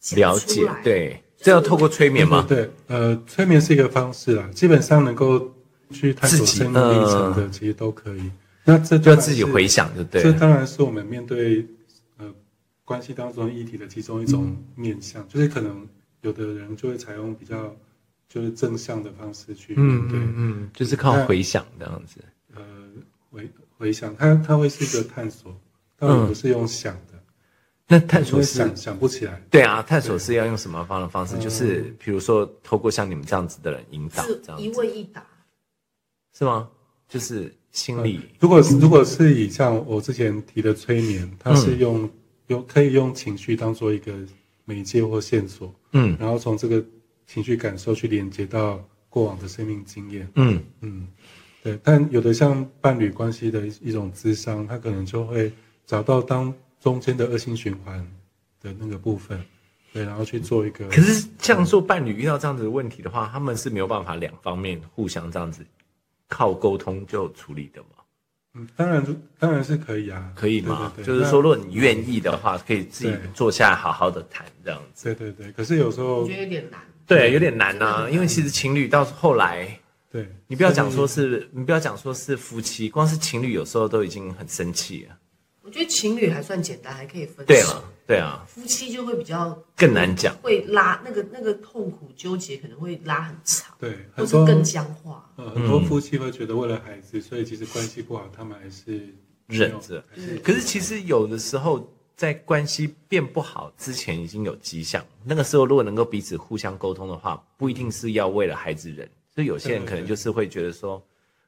B: 讲
A: 了
B: 出
A: 解
B: 来，
A: 对，这要透过催眠吗？
C: 对，呃，催眠是一个方式啦，基本上能够去探索
A: 自己
C: 生命历程的，其实都可以。那这
A: 就
C: 就
A: 要自己回想，就对
C: 这
A: 了。
C: 当然是我们面对呃关系当中议题的其中一种
A: 嗯
C: 面向，就是可能有的人就会采用比较就是正向的方式去面
A: 嗯
C: 对，
A: 嗯嗯，就是靠
C: 那
A: 回想这样子。
C: 呃回回想，它它会是一个探索，但我
A: 嗯
C: 们不是用想的，
A: 那嗯探
C: 因
A: 索
C: 为
A: 是
C: 想哦想不起来，
A: 对啊，探索是要用什么方的方式？就是比如说，透过像你们这样子的人引导，
B: 是
A: 这
B: 一
A: 样子
B: 问一答。
A: 是吗？就是心理
C: 如果是如果是以像我之前提的催眠，它是用、用可以用情绪当做一个媒介或线索，
A: 嗯
C: 然后从这个情绪感受去连接到过往的生命经验。
A: 嗯
C: 嗯，对。但有的像伴侣关系的一一种智商，他可能就会找到当中间的恶性循环的那个部分，对，然后去做一个。
A: 可是像说伴侣遇到这样子的问题的话，他们是没有办法两方面互相这样子靠沟通就处理的嘛？
C: 嗯，当然就当然是可以啊，
A: 可以吗？
C: 对对对
A: 就是说，如果你愿意的话，可以自己
C: 对
A: 坐下来好好的谈这样子。
C: 那对对对。可是有时
B: 我
C: 候
B: 觉，得有点难。
A: 对，有点难
B: 真的很
A: 啊，
B: 难
A: 因为其实情侣到后来，
C: 对
A: 你不要讲说是，你不要讲说是夫妻，光是情侣有时候都已经很生气了。
B: 我觉得情侣还算简单，还可以分手。
A: 对啊，对啊，
B: 夫妻就会比较
A: 更难讲。
B: 会拉那个那个痛苦纠结，可能会拉很长，
C: 对
B: 或
C: 很
B: 是
C: 多
B: 更僵化。
C: 呃很多
A: 嗯
C: 夫妻会觉得为了孩子，所以其实关系不好，他们还是
A: 忍着
C: 还
B: 嗯
C: 是
A: 可是其实有的时候，在关系变不好之前，已经有迹象。那个时候如果能够彼此互相沟通的话，不一定是要为了孩子忍。所以有些人可能就是会觉得说，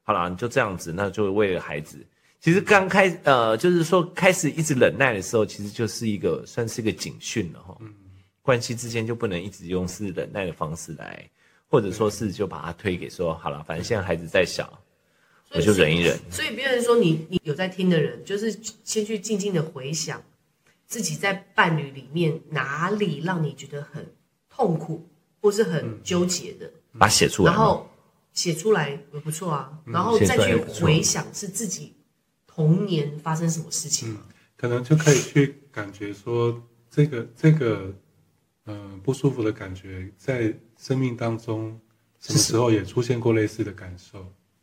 A: 好啦，你就这样子，那就为了孩子。其实刚开呃，就是说开始一直忍耐的时候，其实就是一个算是一个警讯了哈。关系之间就不能一直用是忍耐的方式来，或者说是就把它推给说好了，反正现在孩子在小，
B: 所
A: 我
B: 以
A: 就忍一忍。
B: 所以别人说你你有在听的人，就是先去静静的回想自己在伴侣里面哪里让你觉得很痛苦，或是
C: 嗯
B: 很纠结的，
A: 把它写出来
B: 嗯然
A: 嘛。
B: 后写出来也不错啊，然后再去回想是自己童年发生什么事
C: 嗯
B: 情嘛。
C: 可能就可以去感觉说，这个这个，呃，不舒服的感觉，在生命当中什么时候也出现过类似的感受，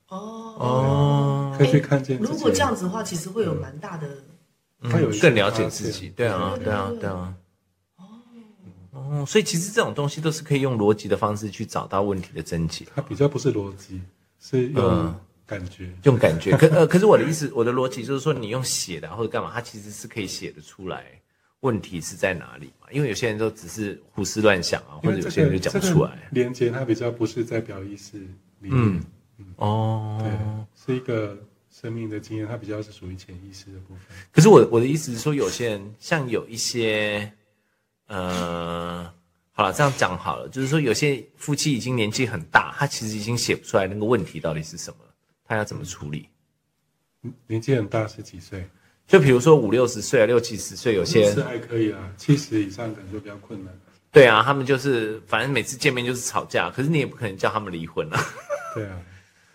B: 哦，
A: 哦
C: 可以去看见自己。
B: 如果这样子的话，其实会有蛮大的。
C: 嗯他有一些
A: 嗯更了解自己，
C: 发现
A: 对啊，
B: 对
A: 对啊，对啊。哦，所以其实这种东西都是可以用逻辑的方式去找到问题的症结，
C: 它比较不是逻辑，是用
A: 嗯
C: 感觉。
A: 用感觉。可呃，可是我的意思，我的逻辑就是说，你用写的啊或者干嘛，它其实是可以写得出来问题是在哪里嘛。因为有些人都只是胡思乱想啊，
C: 因
A: 或
C: 为
A: 者有
C: 这个
A: 些人就讲不出来。
C: 这个连接它比较不是在表意识里面，
A: 嗯，
C: 对
A: 哦，，
C: 是一个生命的经验，它比较是属于潜意识的部分。
A: 可是我我的意思是说，有些人像有一些，呃，好了，这样讲好了，就是说有些夫妻已经年纪很大，他其实已经写不出来那个问题到底是什么，他要怎么处理？
C: 嗯年纪很大是几岁？
A: 就比如说五六十岁啊，六七十岁，有些
C: 是还可以啦，七十以上可能就比较困难。
A: 对啊，他们就是反正每次见面就是吵架，可是你也不可能叫他们离婚啊。
C: 对啊。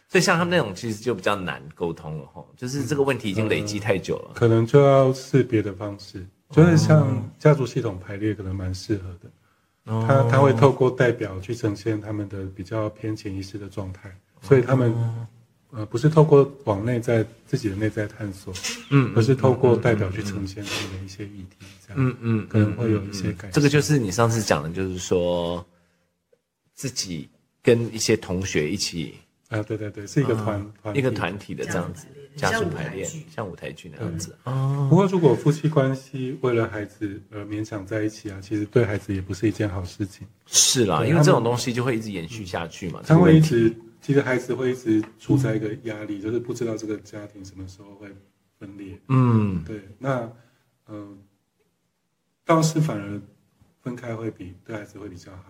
A: 所以像他们那种其实就比较难沟通了吼，就是这个问题已经累积太久了。
C: 可能就要试别的方式，就是像家族系统排列可能蛮适合的。
A: 哦
C: 他他会透过代表去呈现他们的比较偏潜意识的状态，所以他们
A: 哦
C: 呃不是透过往内在自己的内在探索，
A: 嗯
C: 而是透过代表去呈现他们的一些议题，这样
A: 嗯嗯，
C: 可能会有一些改变。
A: 这个就是你上次讲的，就是说自己跟一些同学一起
C: 啊，对对对，是一个团
A: 哦
C: 团
A: 一个
C: 体
A: 团体的这样子
B: 家
A: 家
B: 族
A: 族
B: 排
A: 排
B: 列
A: 列
B: 像舞台剧，
A: 像舞台剧那样子。
C: 不过，如果夫妻关系为了孩子而勉强在一起啊，其实对孩子也不是一件好事情。
A: 是啦，
C: 对
A: 因为
C: 他们
A: 这种东西就会一直延续下去嘛。这
C: 他
A: 个
C: 会一
A: 问题
C: 直，其实孩子会一直处在一个压力，就是不知道这个家庭什么时候会分裂。
A: 嗯
C: 对，那嗯、呃倒是反而分开会比对孩子会比较好。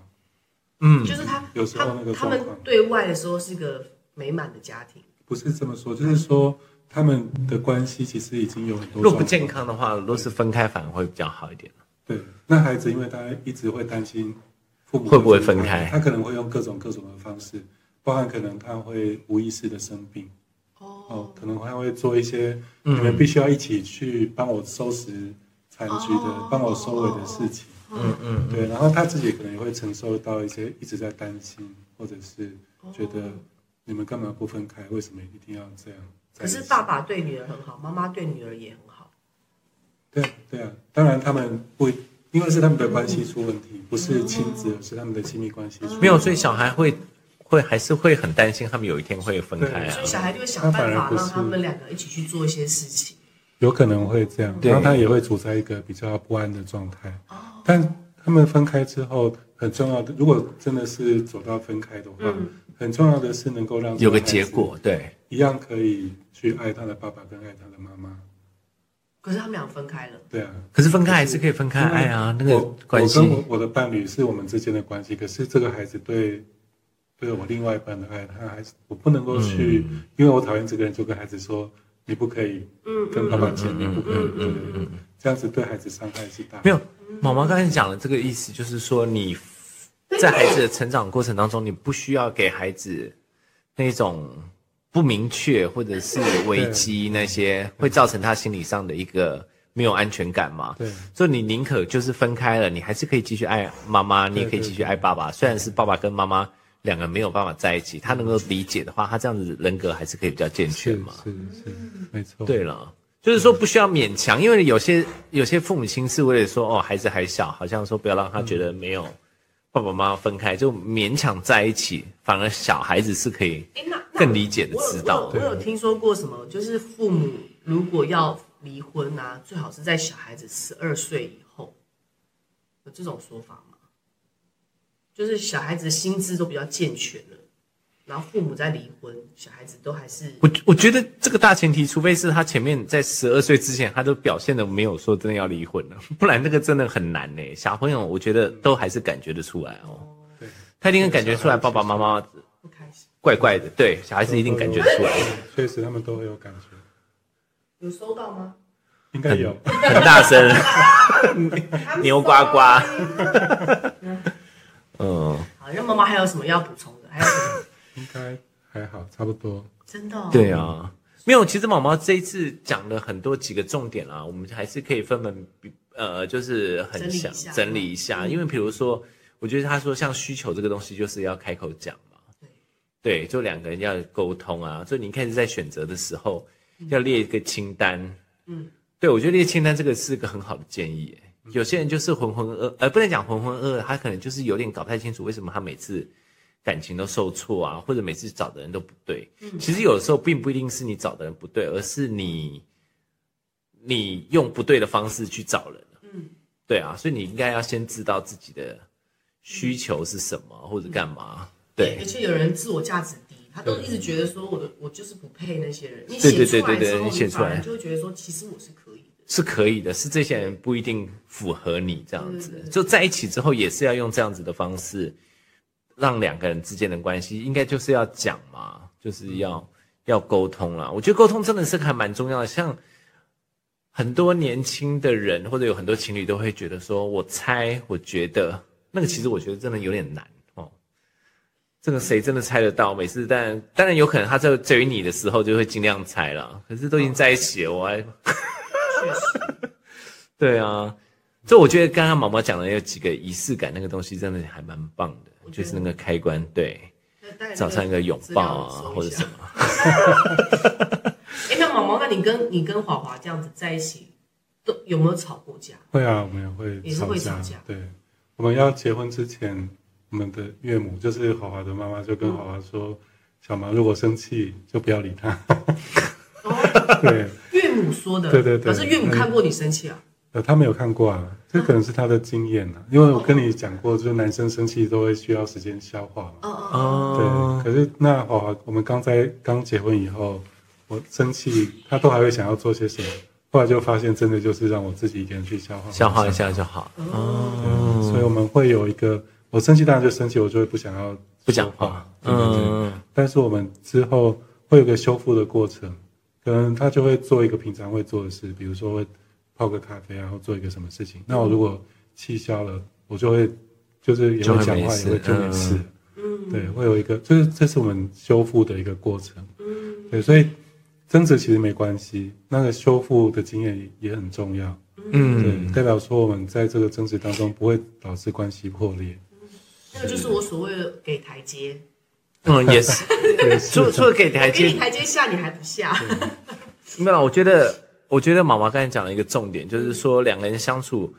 A: 嗯
B: 就是他
C: 有时候那个
B: 他他们
C: 状况
B: 对外的时候是个美满的家庭，
C: 不是这么说，就是说他们的关系其实已经有很多
A: 若不
C: 状况
A: 健。康的话，若是分开反而会比较好一点。
C: 对，那孩子因为他一直会担心父母
A: 会不会
C: 怎么
A: 分开
C: 看他可能会用各种各种的方式，包含可能他会无意识的生病。哦，可能他会做一些你
A: 嗯
C: 们必须要一起去帮我收拾残局的、帮我收尾的事情。
A: 嗯嗯，
C: 对，然后他自己可能也会承受到一些一直在担心，或者是觉得你们干嘛不分开？为什么一定要这样在
B: 可
C: 一起？
B: 是爸爸对女儿很好，妈妈对女儿也很好。
C: 对啊对啊，当然他们不，因为是他们的关系出问题，不是亲子，而是他们的亲密关系出问题。
A: 没有，所以小孩会会还是会很担心，他们有一天会分开
C: 对
A: 啊
B: 所以。小孩就会想办法让他们两个一起去做一些事情。
C: 有可能会这样，
A: 对
C: 然后他也会处在一个比较不安的状态。但他们分开之后，很重要的，如果真的是走到分开的话，
B: 嗯
C: 很重要的是能够让
A: 有个结，果，对，
C: 一样可以去爱他的爸爸跟爱他的妈妈。
B: 可是他们俩分开了，
C: 对啊，
A: 可是分开还是可以分开
C: 因为
A: 爱啊，那个
C: 我
A: 关系
C: 我跟我我的伴侣是我们之间的关系，可是这个孩子对对我另外一半的爱，他还是我不能够去，
A: 嗯
C: 因为我讨厌这个人，就跟孩子说你不可以
B: 嗯
C: 跟
B: 嗯
C: 爸爸
B: 嗯
C: 亲，你不可以，对对对，这样子对孩子伤害是大的。
A: 嗯没有。毛毛刚才讲的这个意思就是说，你在孩子的成长过程当中，你不需要给孩子那种不明确或者是危机那些，会造成他心理上的一个没有安全感嘛。
C: 对
A: 所以你宁可就是分开了，你还是可以继续爱妈妈，你也可以继续爱爸爸。虽然是爸爸跟妈妈两个没有办法在一起，他能够理解的话，他这样子人格还是可以比较健全
C: 是
A: 嘛。
C: 是是，
B: 嗯
C: 没错。
A: 对了，就是说不需要勉强，因为有些有些父母亲是为了说哦孩子还小，好像说不要让他觉得没有爸爸妈妈分开，就勉强在一起，反而小孩子是可以
B: 哎，那那
A: 更理解的
B: 我有
A: 知道
B: 我有我有听说过什么，就是父母如果要离婚啊，最好是在小孩子十二岁以后，有这种说法吗？就是小孩子心智都比较健全了，然后父母在离婚，小孩子都还是
A: 我我觉得这个大前提，除非是他前面在十二岁之前，他都表现的没有说真的要离婚了， 不然这个真的很难呢、小朋友，我觉得都还是感觉得出来哦，
C: 对，
A: 他一定感觉出来爸爸妈妈
B: 不开心。
A: 怪怪的，对，小孩子一定感觉出来，
C: 确实他们都会有感觉，
B: 有收到吗？
C: 应该有。
A: 很大声，
B: I'm
A: 牛呱呱
B: sorry
A: 嗯，
B: 好，那妈妈还有什么要补充的？还有什么？
C: 应该还好，差不多。
B: 真的、哦？
A: 对啊，没有，其实毛毛这一次讲了很多几个重点啊，我们还是可以分门比呃，就是很想
B: 整理一下嗯
A: 整理一下，因为比如说，我觉得他说像需求这个东西，就是要开口讲嘛。
B: 对，
A: 对，就两个人要沟通啊，所以你一开始在选择的时候要列一个清单。
B: 嗯，
A: 对我觉得列清单这个是个很好的建议耶。有些人就是浑浑噩，呃，不能讲浑浑噩，他可能就是有点搞不太清楚为什么他每次感情都受挫啊，或者每次找的人都不对。其实有的时候并不一定是你找的人不对，而是你你用不对的方式去找人。
B: 嗯，
A: 对啊，所以你应该要先知道自己的需求是什么，或者干嘛。对
B: 而，且有人自我价值低，他都一直觉得说我的我就是不配那些人。你
A: 对
B: 写出
A: 对
B: 来
A: 对对
B: 之后，
A: 你写出来
B: 反而就会觉得说，其实我是可以的。
A: 是可以的，是这些人不一定符合你这样子
B: 对对，对
A: 就在一起之后也是要用这样子的方式，让两个人之间的关系应该就是要讲嘛，就是要、要沟通啦。我觉得沟通真的是还蛮重要的，像很多年轻的人或者有很多情侣都会觉得说，我猜，我觉得那个其实我觉得真的有点难哦。这个谁真的猜得到？每次但当然有可能他在追你的时候就会尽量猜啦，可是都已经在一起了，我还。
B: 确实，
A: 对啊，这我觉得刚刚毛毛讲的有几个仪式感，那个东西真的还蛮棒的，
B: 觉
A: 就
B: 得
A: 是那个开关，对，
B: 那带
A: 早上一个拥抱啊，或者什
B: 么。
A: 么，
B: 哎，那毛毛，那你跟你跟华华这样子在一起，都有没有吵过架？
C: 会啊，我们也会
B: 也是
C: 吵
B: 会
C: 架。
B: 吵架
C: 对，我们要结婚之前，我们的岳母 就是华华的妈妈，就跟华华说：“小毛如果生气，就不要理他。
B: 哦，”
C: 对，
B: 岳母说的，
C: 对对嗯对
B: 可是岳母看过你生气啊？
C: 呃，他没有看过啊，这可能是他的经验
B: 哦
C: 啊，因为我跟你讲过，就是男生生气都会需要时间消化嘛。
B: 哦哦，
A: 哦
C: 对，，可是那华华，我们刚在刚结婚以后，我生气，他都还会想要做些什么。后来就发现，真的就是让我自己一个人去消化，
A: 消化一下就好。
B: 哦
A: 啊
C: 嗯所以我们会有一个，我生气当然就生气，我就会不想要
A: 不讲
C: 说
A: 话，
C: 对对对
A: 嗯，
C: 但是我们之后会有个修复的过程，可能他就会做一个平常会做的事，比如说会泡个咖啡啊，或做一个什么事
A: 嗯
C: 情。那我如果气消了，我就会就是也
A: 就
C: 会
A: 会
C: 讲
A: 没
C: 话，也
A: 事
C: 会就没事。
B: 嗯
C: 对，会有一个，就是这是我们修复的一个过程。
B: 嗯
C: 对，所以争执其实没关系，那个修复的经验也也很重要。对，
A: 嗯，
C: 代表说我们在这个争执当中不会导致关系破 裂。
B: 那个就是我所谓的给台阶，
A: 嗯，也是，
C: 对，
A: 除除了给台
B: 给
A: 阶
B: 你，台阶下，你还不下。
A: 没有，我觉得，我觉得毛毛刚才讲了一个重点，就是说两个人相处，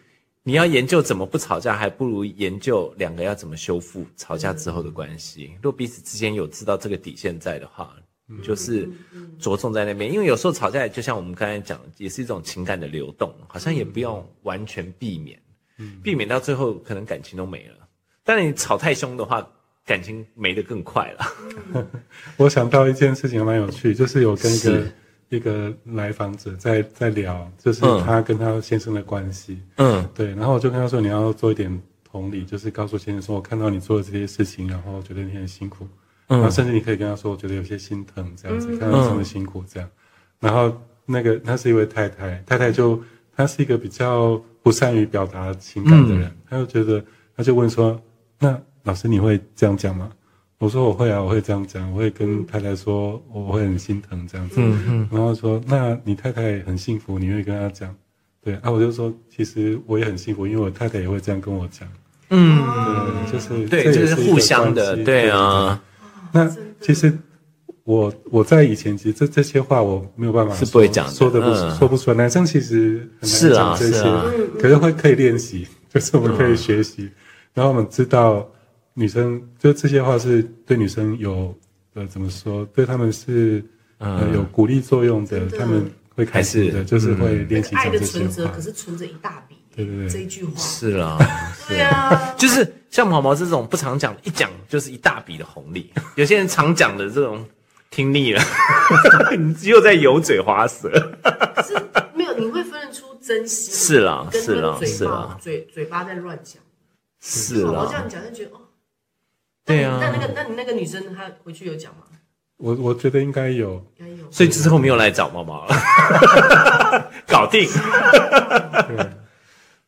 A: 你要研究怎么不吵架，还不如研究两个要怎么修复吵架之后的关系。若彼此之间有知道这个底线在的话，
C: 嗯
A: 就是着重在那边，因为有时候吵架，就像我们刚才讲，也是一种情感的流动，好像也不用完全避免，
C: 嗯
A: 避免到最后可能感情都没了。当然，你吵太凶的话，感情没得更快了。
C: 我想到一件事情蛮有趣，就是有跟一个
A: 是
C: 一个来访者在在聊，就是
A: 嗯
C: 她跟她先生的关系。
A: 嗯
C: 对，然后我就跟她说，你要做一点同理，就是告诉先生说，我看到你做的这些事情，然后觉得你很辛苦，然后
A: 嗯
C: 甚至你可以跟他说，我觉得有些心疼，这样子，
B: 嗯
C: 看到这么辛苦这样。然后那个她是一位太太，太太就她是一个比较不善于表达情感的
A: 嗯
C: 人，她就觉得，她就问说，那老师你会这样讲吗？我说我会啊，我会这样讲，我会跟太太说，我会很心疼这样子。
A: 嗯嗯
C: 然后说，那你太太很幸福，你会跟她讲，对啊，我就说，其实我也很幸福，因为我太太也会这样跟我讲，
A: 嗯，
C: 对，就是
A: 对，
C: 哦这
A: 这
C: 也
A: 是
C: 一个
A: 互相的
C: 关，系嗯
A: 对。啊，
C: 那
B: 真的
C: 其实我我在以前，其实这这些话我没有办法
A: 是
C: 说，
A: 不会讲的
C: 说的不
A: 嗯
C: 说不出来。男生其实很
A: 是
C: 难
A: 啊
C: 讲这
A: 是啊嗯
C: 些，可是会可以练习，就是我们可以学习，然后我们知道女生就这些话是对女生有呃怎么说，对他们是呃
A: 嗯
C: 有鼓励作用的
B: 真，的
C: 他们会开心
A: 还是嗯
C: 的，就是会
B: 那
C: 练习
B: 个 爱
C: 讲
B: 的
C: 这些
B: 存折
C: 话
B: 可。是存着一大笔，
C: 对对对
B: 这一句话，
A: 是 啦，
B: 对啊，
A: 就是像毛毛这种不常讲，一讲就是一大笔的红 利。有些人常讲的这种，听腻 了，你只有在油嘴滑舌。
B: 可是没有，你会分得出真心
A: 是啦
B: 跟
A: 啊是啦
B: 那个
A: 是
B: 嘴
A: 啦
B: 巴嘴嘴巴在乱讲，
A: 是
B: 宝宝这
A: 啦
B: 样，讲就觉得哦，
A: 对啊
B: 那你那那个那你那个女生她回去有讲吗？
C: 我我觉得应该有，
B: 应该有，
A: 所以之后没有来找毛毛了， 搞定。
C: 对，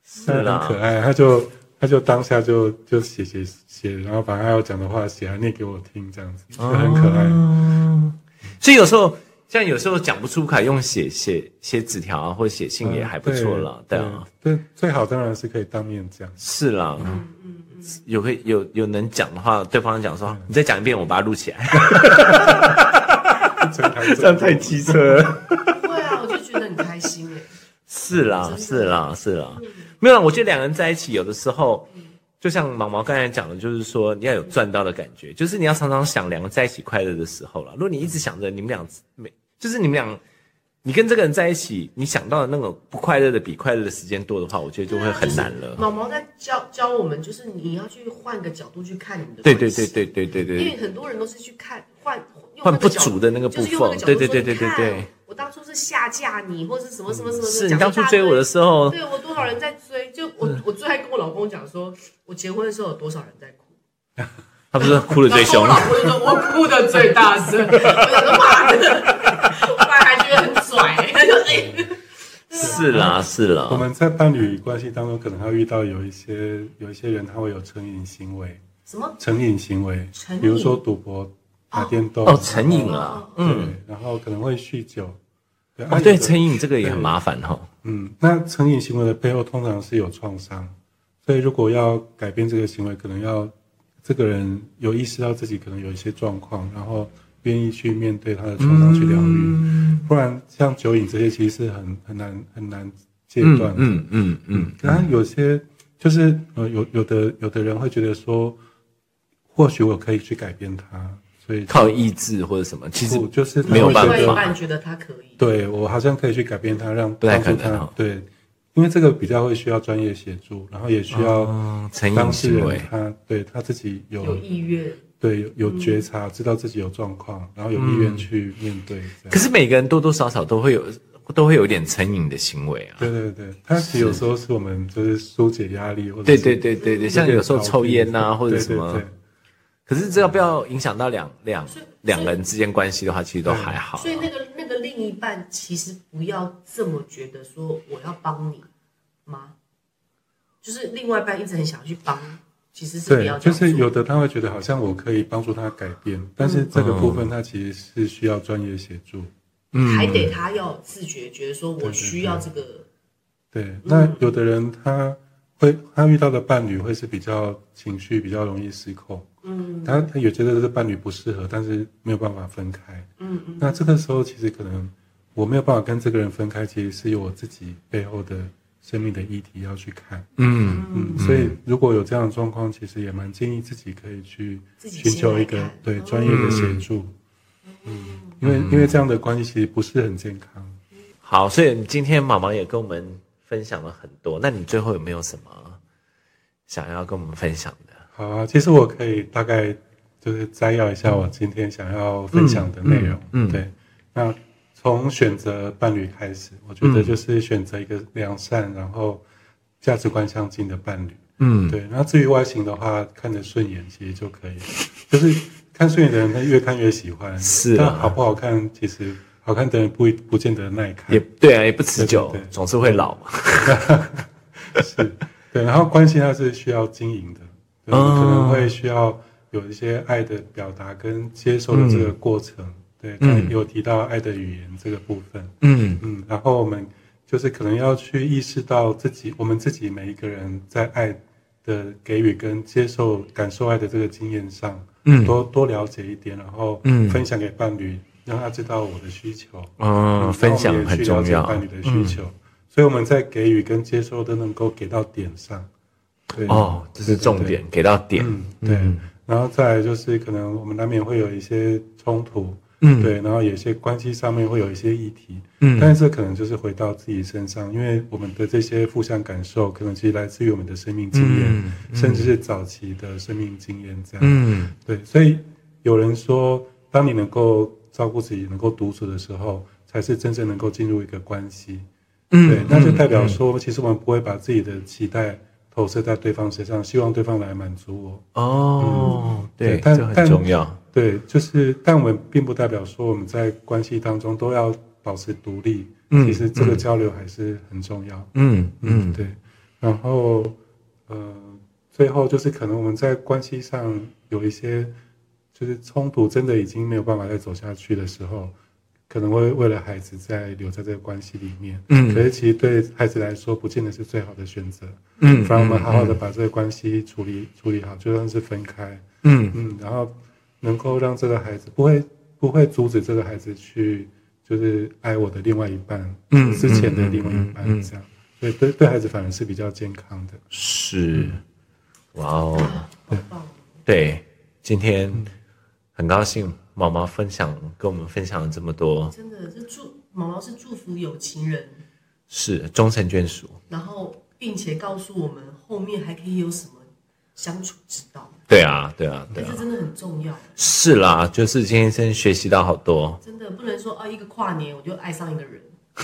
C: 是啊
A: 啦
C: 很可爱。他就他就当下就就写写写，然后把他要讲的话写来念给我听，这样子
A: 哦
C: 就很可爱。
A: 所以有时候，像有时候讲不出口，用写写写纸条啊，或者写信也
C: 嗯
A: 还不错啦。对啊，，
C: 对，对最好当然是可以当面讲。
A: 是啦。嗯有可以有有能讲的话，对方讲说你再讲一遍，我把它录起来，
C: 这样才
A: 这样太机车了。
B: 会啊，我就觉得很开心 哎，
A: 是啦
B: 真，的
A: 是啦，是啦，没有啦。我觉得两个人在一起，有的时候，就像毛毛刚才讲的，就是说你要有赚到的感觉，就是你要常常想两个在一起快乐的时候啦。如果你一直想着你们俩每，就是你们俩，你跟这个人在一起，你想到的那种不快乐的比快乐的时间多的话，我觉得就会很难了。
B: 毛毛在教教我们，就是你要去换个角度去看你们的
A: 对
B: 关
A: 对
B: 系
A: 对对对对
B: 因为
A: 对，
B: 很多人都是去看换用
A: 换
B: 那
A: 不
B: 个角
A: 足的那个部
B: 就是用那
A: 分
B: 个，角
A: 对
B: 度
A: 对
B: 说
A: 对对
B: 你
A: 对
B: 看
A: 对，嗯
B: 我当初是下嫁你，或是什么什么什么，
A: 是你
B: 讲一
A: 当初
B: 大
A: 追我
B: 堆
A: 的时候，嗯
B: 对我多少人在追，就我我最爱跟我老公讲说，我结婚的时候有多少人在哭，
A: 他不是哭的最凶
B: 然，后我老公就说我哭的最大 声，我想说妈的，我本来还觉得很拽、他就哎，
A: 是啦是
C: 我
A: 啦，
C: 们在伴侣关系当中，可能还会遇到有一些有一些人，他会有成瘾行为，
B: 什么
C: 成瘾行为
B: 成，瘾
C: 比如说赌博、打电动
A: 哦，成瘾
C: 了，
A: 啦，嗯，
C: 对，然后可能会酗酒。对啊
A: 哦对，成瘾这个也很麻烦哈。
C: 嗯，那成瘾行为的背后通常是有创伤，所以如果要改变这个行为，可能要这个人有意识到自己可能有一些状况，然后愿意去面对他的创伤去疗愈，
A: 嗯
C: 不然像酒瘾这些其实是很很难很难戒断的。
A: 嗯嗯嗯
C: 然后有些就是呃有有的有的人会觉得说，或许我可以去改变他，所以
A: 嗯，靠意志或者什么，其实
C: 不就是他
A: 没有
C: 会觉
A: 办法
C: 得
B: 另外一半觉得他可以，
C: 对我好像可以去改变他，让
A: 不太
C: 帮助
A: 可能
C: 他
A: 哦
C: 对，因为这个比较会需要专业协助，然后也需要
A: 哦成
C: 当
A: 瘾
C: 事
A: 行
C: 人
A: 为，
C: 他对他自己有
B: 有意愿，
C: 对有有觉察，知道自己有状况，然后有意愿去面对。这
A: 可
C: 样
A: 是每个人多多少少都会有，都会有一点成瘾的行为啊。
C: 对对对，他其实有时候是我们就是疏解压力，或者
A: 对
C: 是
A: 对对对对，像有时候抽烟呐、或者什么
C: 对对，对
A: 可是只要不要影响到两两
B: 所以所以
A: 两个人之间关系的话，其实都还好啊。
B: 所以那个那个另一半其实不要这么觉得说我要帮你吗？就是另外一半一直很想要去帮，其实是不要这
C: 对，就
B: 样做
C: 是有的他会觉得好像我可以帮助他改变，但是这
A: 嗯
C: 个部分他其实是需要专业协助。嗯
B: 还得他要自觉，觉得说我需要这个，
C: 对，那有的人他会他遇到的伴侣会是比较情绪比较容易失控，
B: 嗯
C: 他他有觉得这伴侣不适合，但是没有办法分开。
B: 嗯嗯，
C: 那这个时候其实可能我没有办法跟这个人分开，其实是有我自己背后的生命的议题要去看。
A: 嗯，
C: 嗯，所以如果有这样的状况，其实也蛮建议自己可以去
B: 自己
C: 寻求一
B: 先
C: 个
B: 来看
C: 对
B: 哦
C: 专业的协助。嗯，因为因为这样的关系其实不是很健康。
A: 好，所以今天毛毛也跟我们分享了很多。那你最后有没有什么想要跟我们分享的？
C: 好啊，其实我可以大概就是摘要一下我今天想要分享的内容。
A: 嗯嗯嗯
C: 对。那从选择伴侣开始，我觉
A: 嗯
C: 得就是选择一个良善，然后价值观相近的伴侣。
A: 嗯，
C: 对，那至于外形的话，看着顺眼其实就可以了，就是看顺眼的人，他越看越喜欢。
A: 是啊
C: 但好不好看，其实好看的人不一不见得耐看。
A: 也对啊，也不持久
C: 对对，对
A: 总是会老嘛。
C: 是，对，然后关系它是需要经营的，对，
A: 哦
C: 你可能会需要有一些爱的表达跟接受的这个过程。对，刚才
A: 嗯
C: 有提到爱的语言这个部分，
A: 嗯
C: 嗯，然后我们就是可能要去意识到自己，我们自己每一个人在爱的给予跟接受、感受爱的这个经验上，
A: 嗯
C: 多多了解一点，然后
A: 嗯
C: 分享给伴侣，让他知道我的需求，
A: 嗯，分享
C: 然后我们也
A: 很
C: 去
A: 重
C: 了
A: 要嗯
C: 解。伴侣的需求，所以我们在给予跟接受都能够给到点上，对，
A: 哦，这是重点，给到点。
C: 嗯，对，然后再来就是可能我们难免会有一些冲突，
A: 嗯
C: 对，然后有些关系上面会有一些议题，
A: 嗯
C: 但是这可能就是回到自己身上，因为我们的这些负向感受，可能其实来自于我们的生命经验，
A: 嗯
C: 甚至是早期的生命经验这样，
A: 嗯
C: 对，所以有人说，当你能够照顾自己，能够独处的时候，才是真正能够进入一个关系，对
A: 嗯，，
C: 那就代表说，其实我们不会把自己的期待投射在对方身上，希望对方来满足我。
A: 哦，对，
C: 嗯对但
A: 这很
C: 但
A: 重要。
C: 对，就是，但我们并不代表说我们在关系当中都要保持独立。
A: 嗯
C: 其实这个交流还是很重要。
A: 嗯嗯，
C: 对。然后，呃，最后就是可能我们在关系上有一些就是冲突，真的已经没有办法再走下去的时候，可能会为了孩子再留在这个关系里面。
A: 嗯
C: 可是其实对孩子来说，不见得是最好的选择。
A: 嗯
C: 反而我们好好的把这个关系处理处理好，就算是分开，
A: 嗯
C: 嗯，然后能够让这个孩子不会不会阻止这个孩子去就是爱我的另外一半，
A: 嗯
C: 之前的另外一半
A: 嗯嗯嗯
C: 这样，对对对孩子反而是比较健康的。
A: 是，哇哦。
B: 好棒，
A: 对，今天很高兴毛毛分享跟我们分享了这么多，
B: 真的，这祝毛毛是祝福有情人，
A: 是终成眷属。
B: 然后并且告诉我们后面还可以有什么相处之道，
A: 对啊，对啊，对
B: 但
A: 啊
B: 这，真的很重要，
A: 是啦，就是今天真学习到好多。
B: 真的不能说啊一个跨年我就爱上一个人，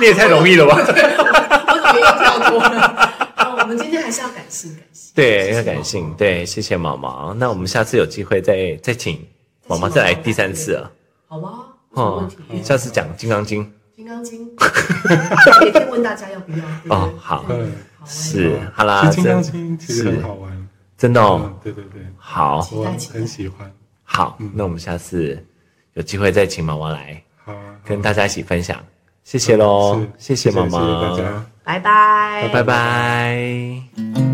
A: 你也太容易了吧？
B: 我怎么又跳脱了？好，我们今天还是要感性，感性，
A: 对，要
B: 谢谢毛毛
A: 感性。对，谢谢毛毛。那我们下次有机会再再请毛毛再来第三次了。
B: 好啊，没什么
A: 哦
B: 问题，
A: 下次讲《金刚经》
B: 金刚经， 也可以问大家要不要，对不对
A: 哦好
B: 对好欸
A: 是
C: 嗯，
A: 好啦
C: 其实金刚
A: 真
C: 经其实
A: 是
C: 很好玩，
A: 真的哦
C: 嗯，。对对对，
A: 好
B: 期
C: 我
B: 待期待
C: 很喜欢。
A: 好，那我们下次有机会再请毛毛来
C: 好啊，
A: 跟大家一起分享。谢谢喽
C: 是，
A: 谢谢毛
C: 谢谢
A: 毛，
C: 大家。
B: 拜拜，
A: 拜拜。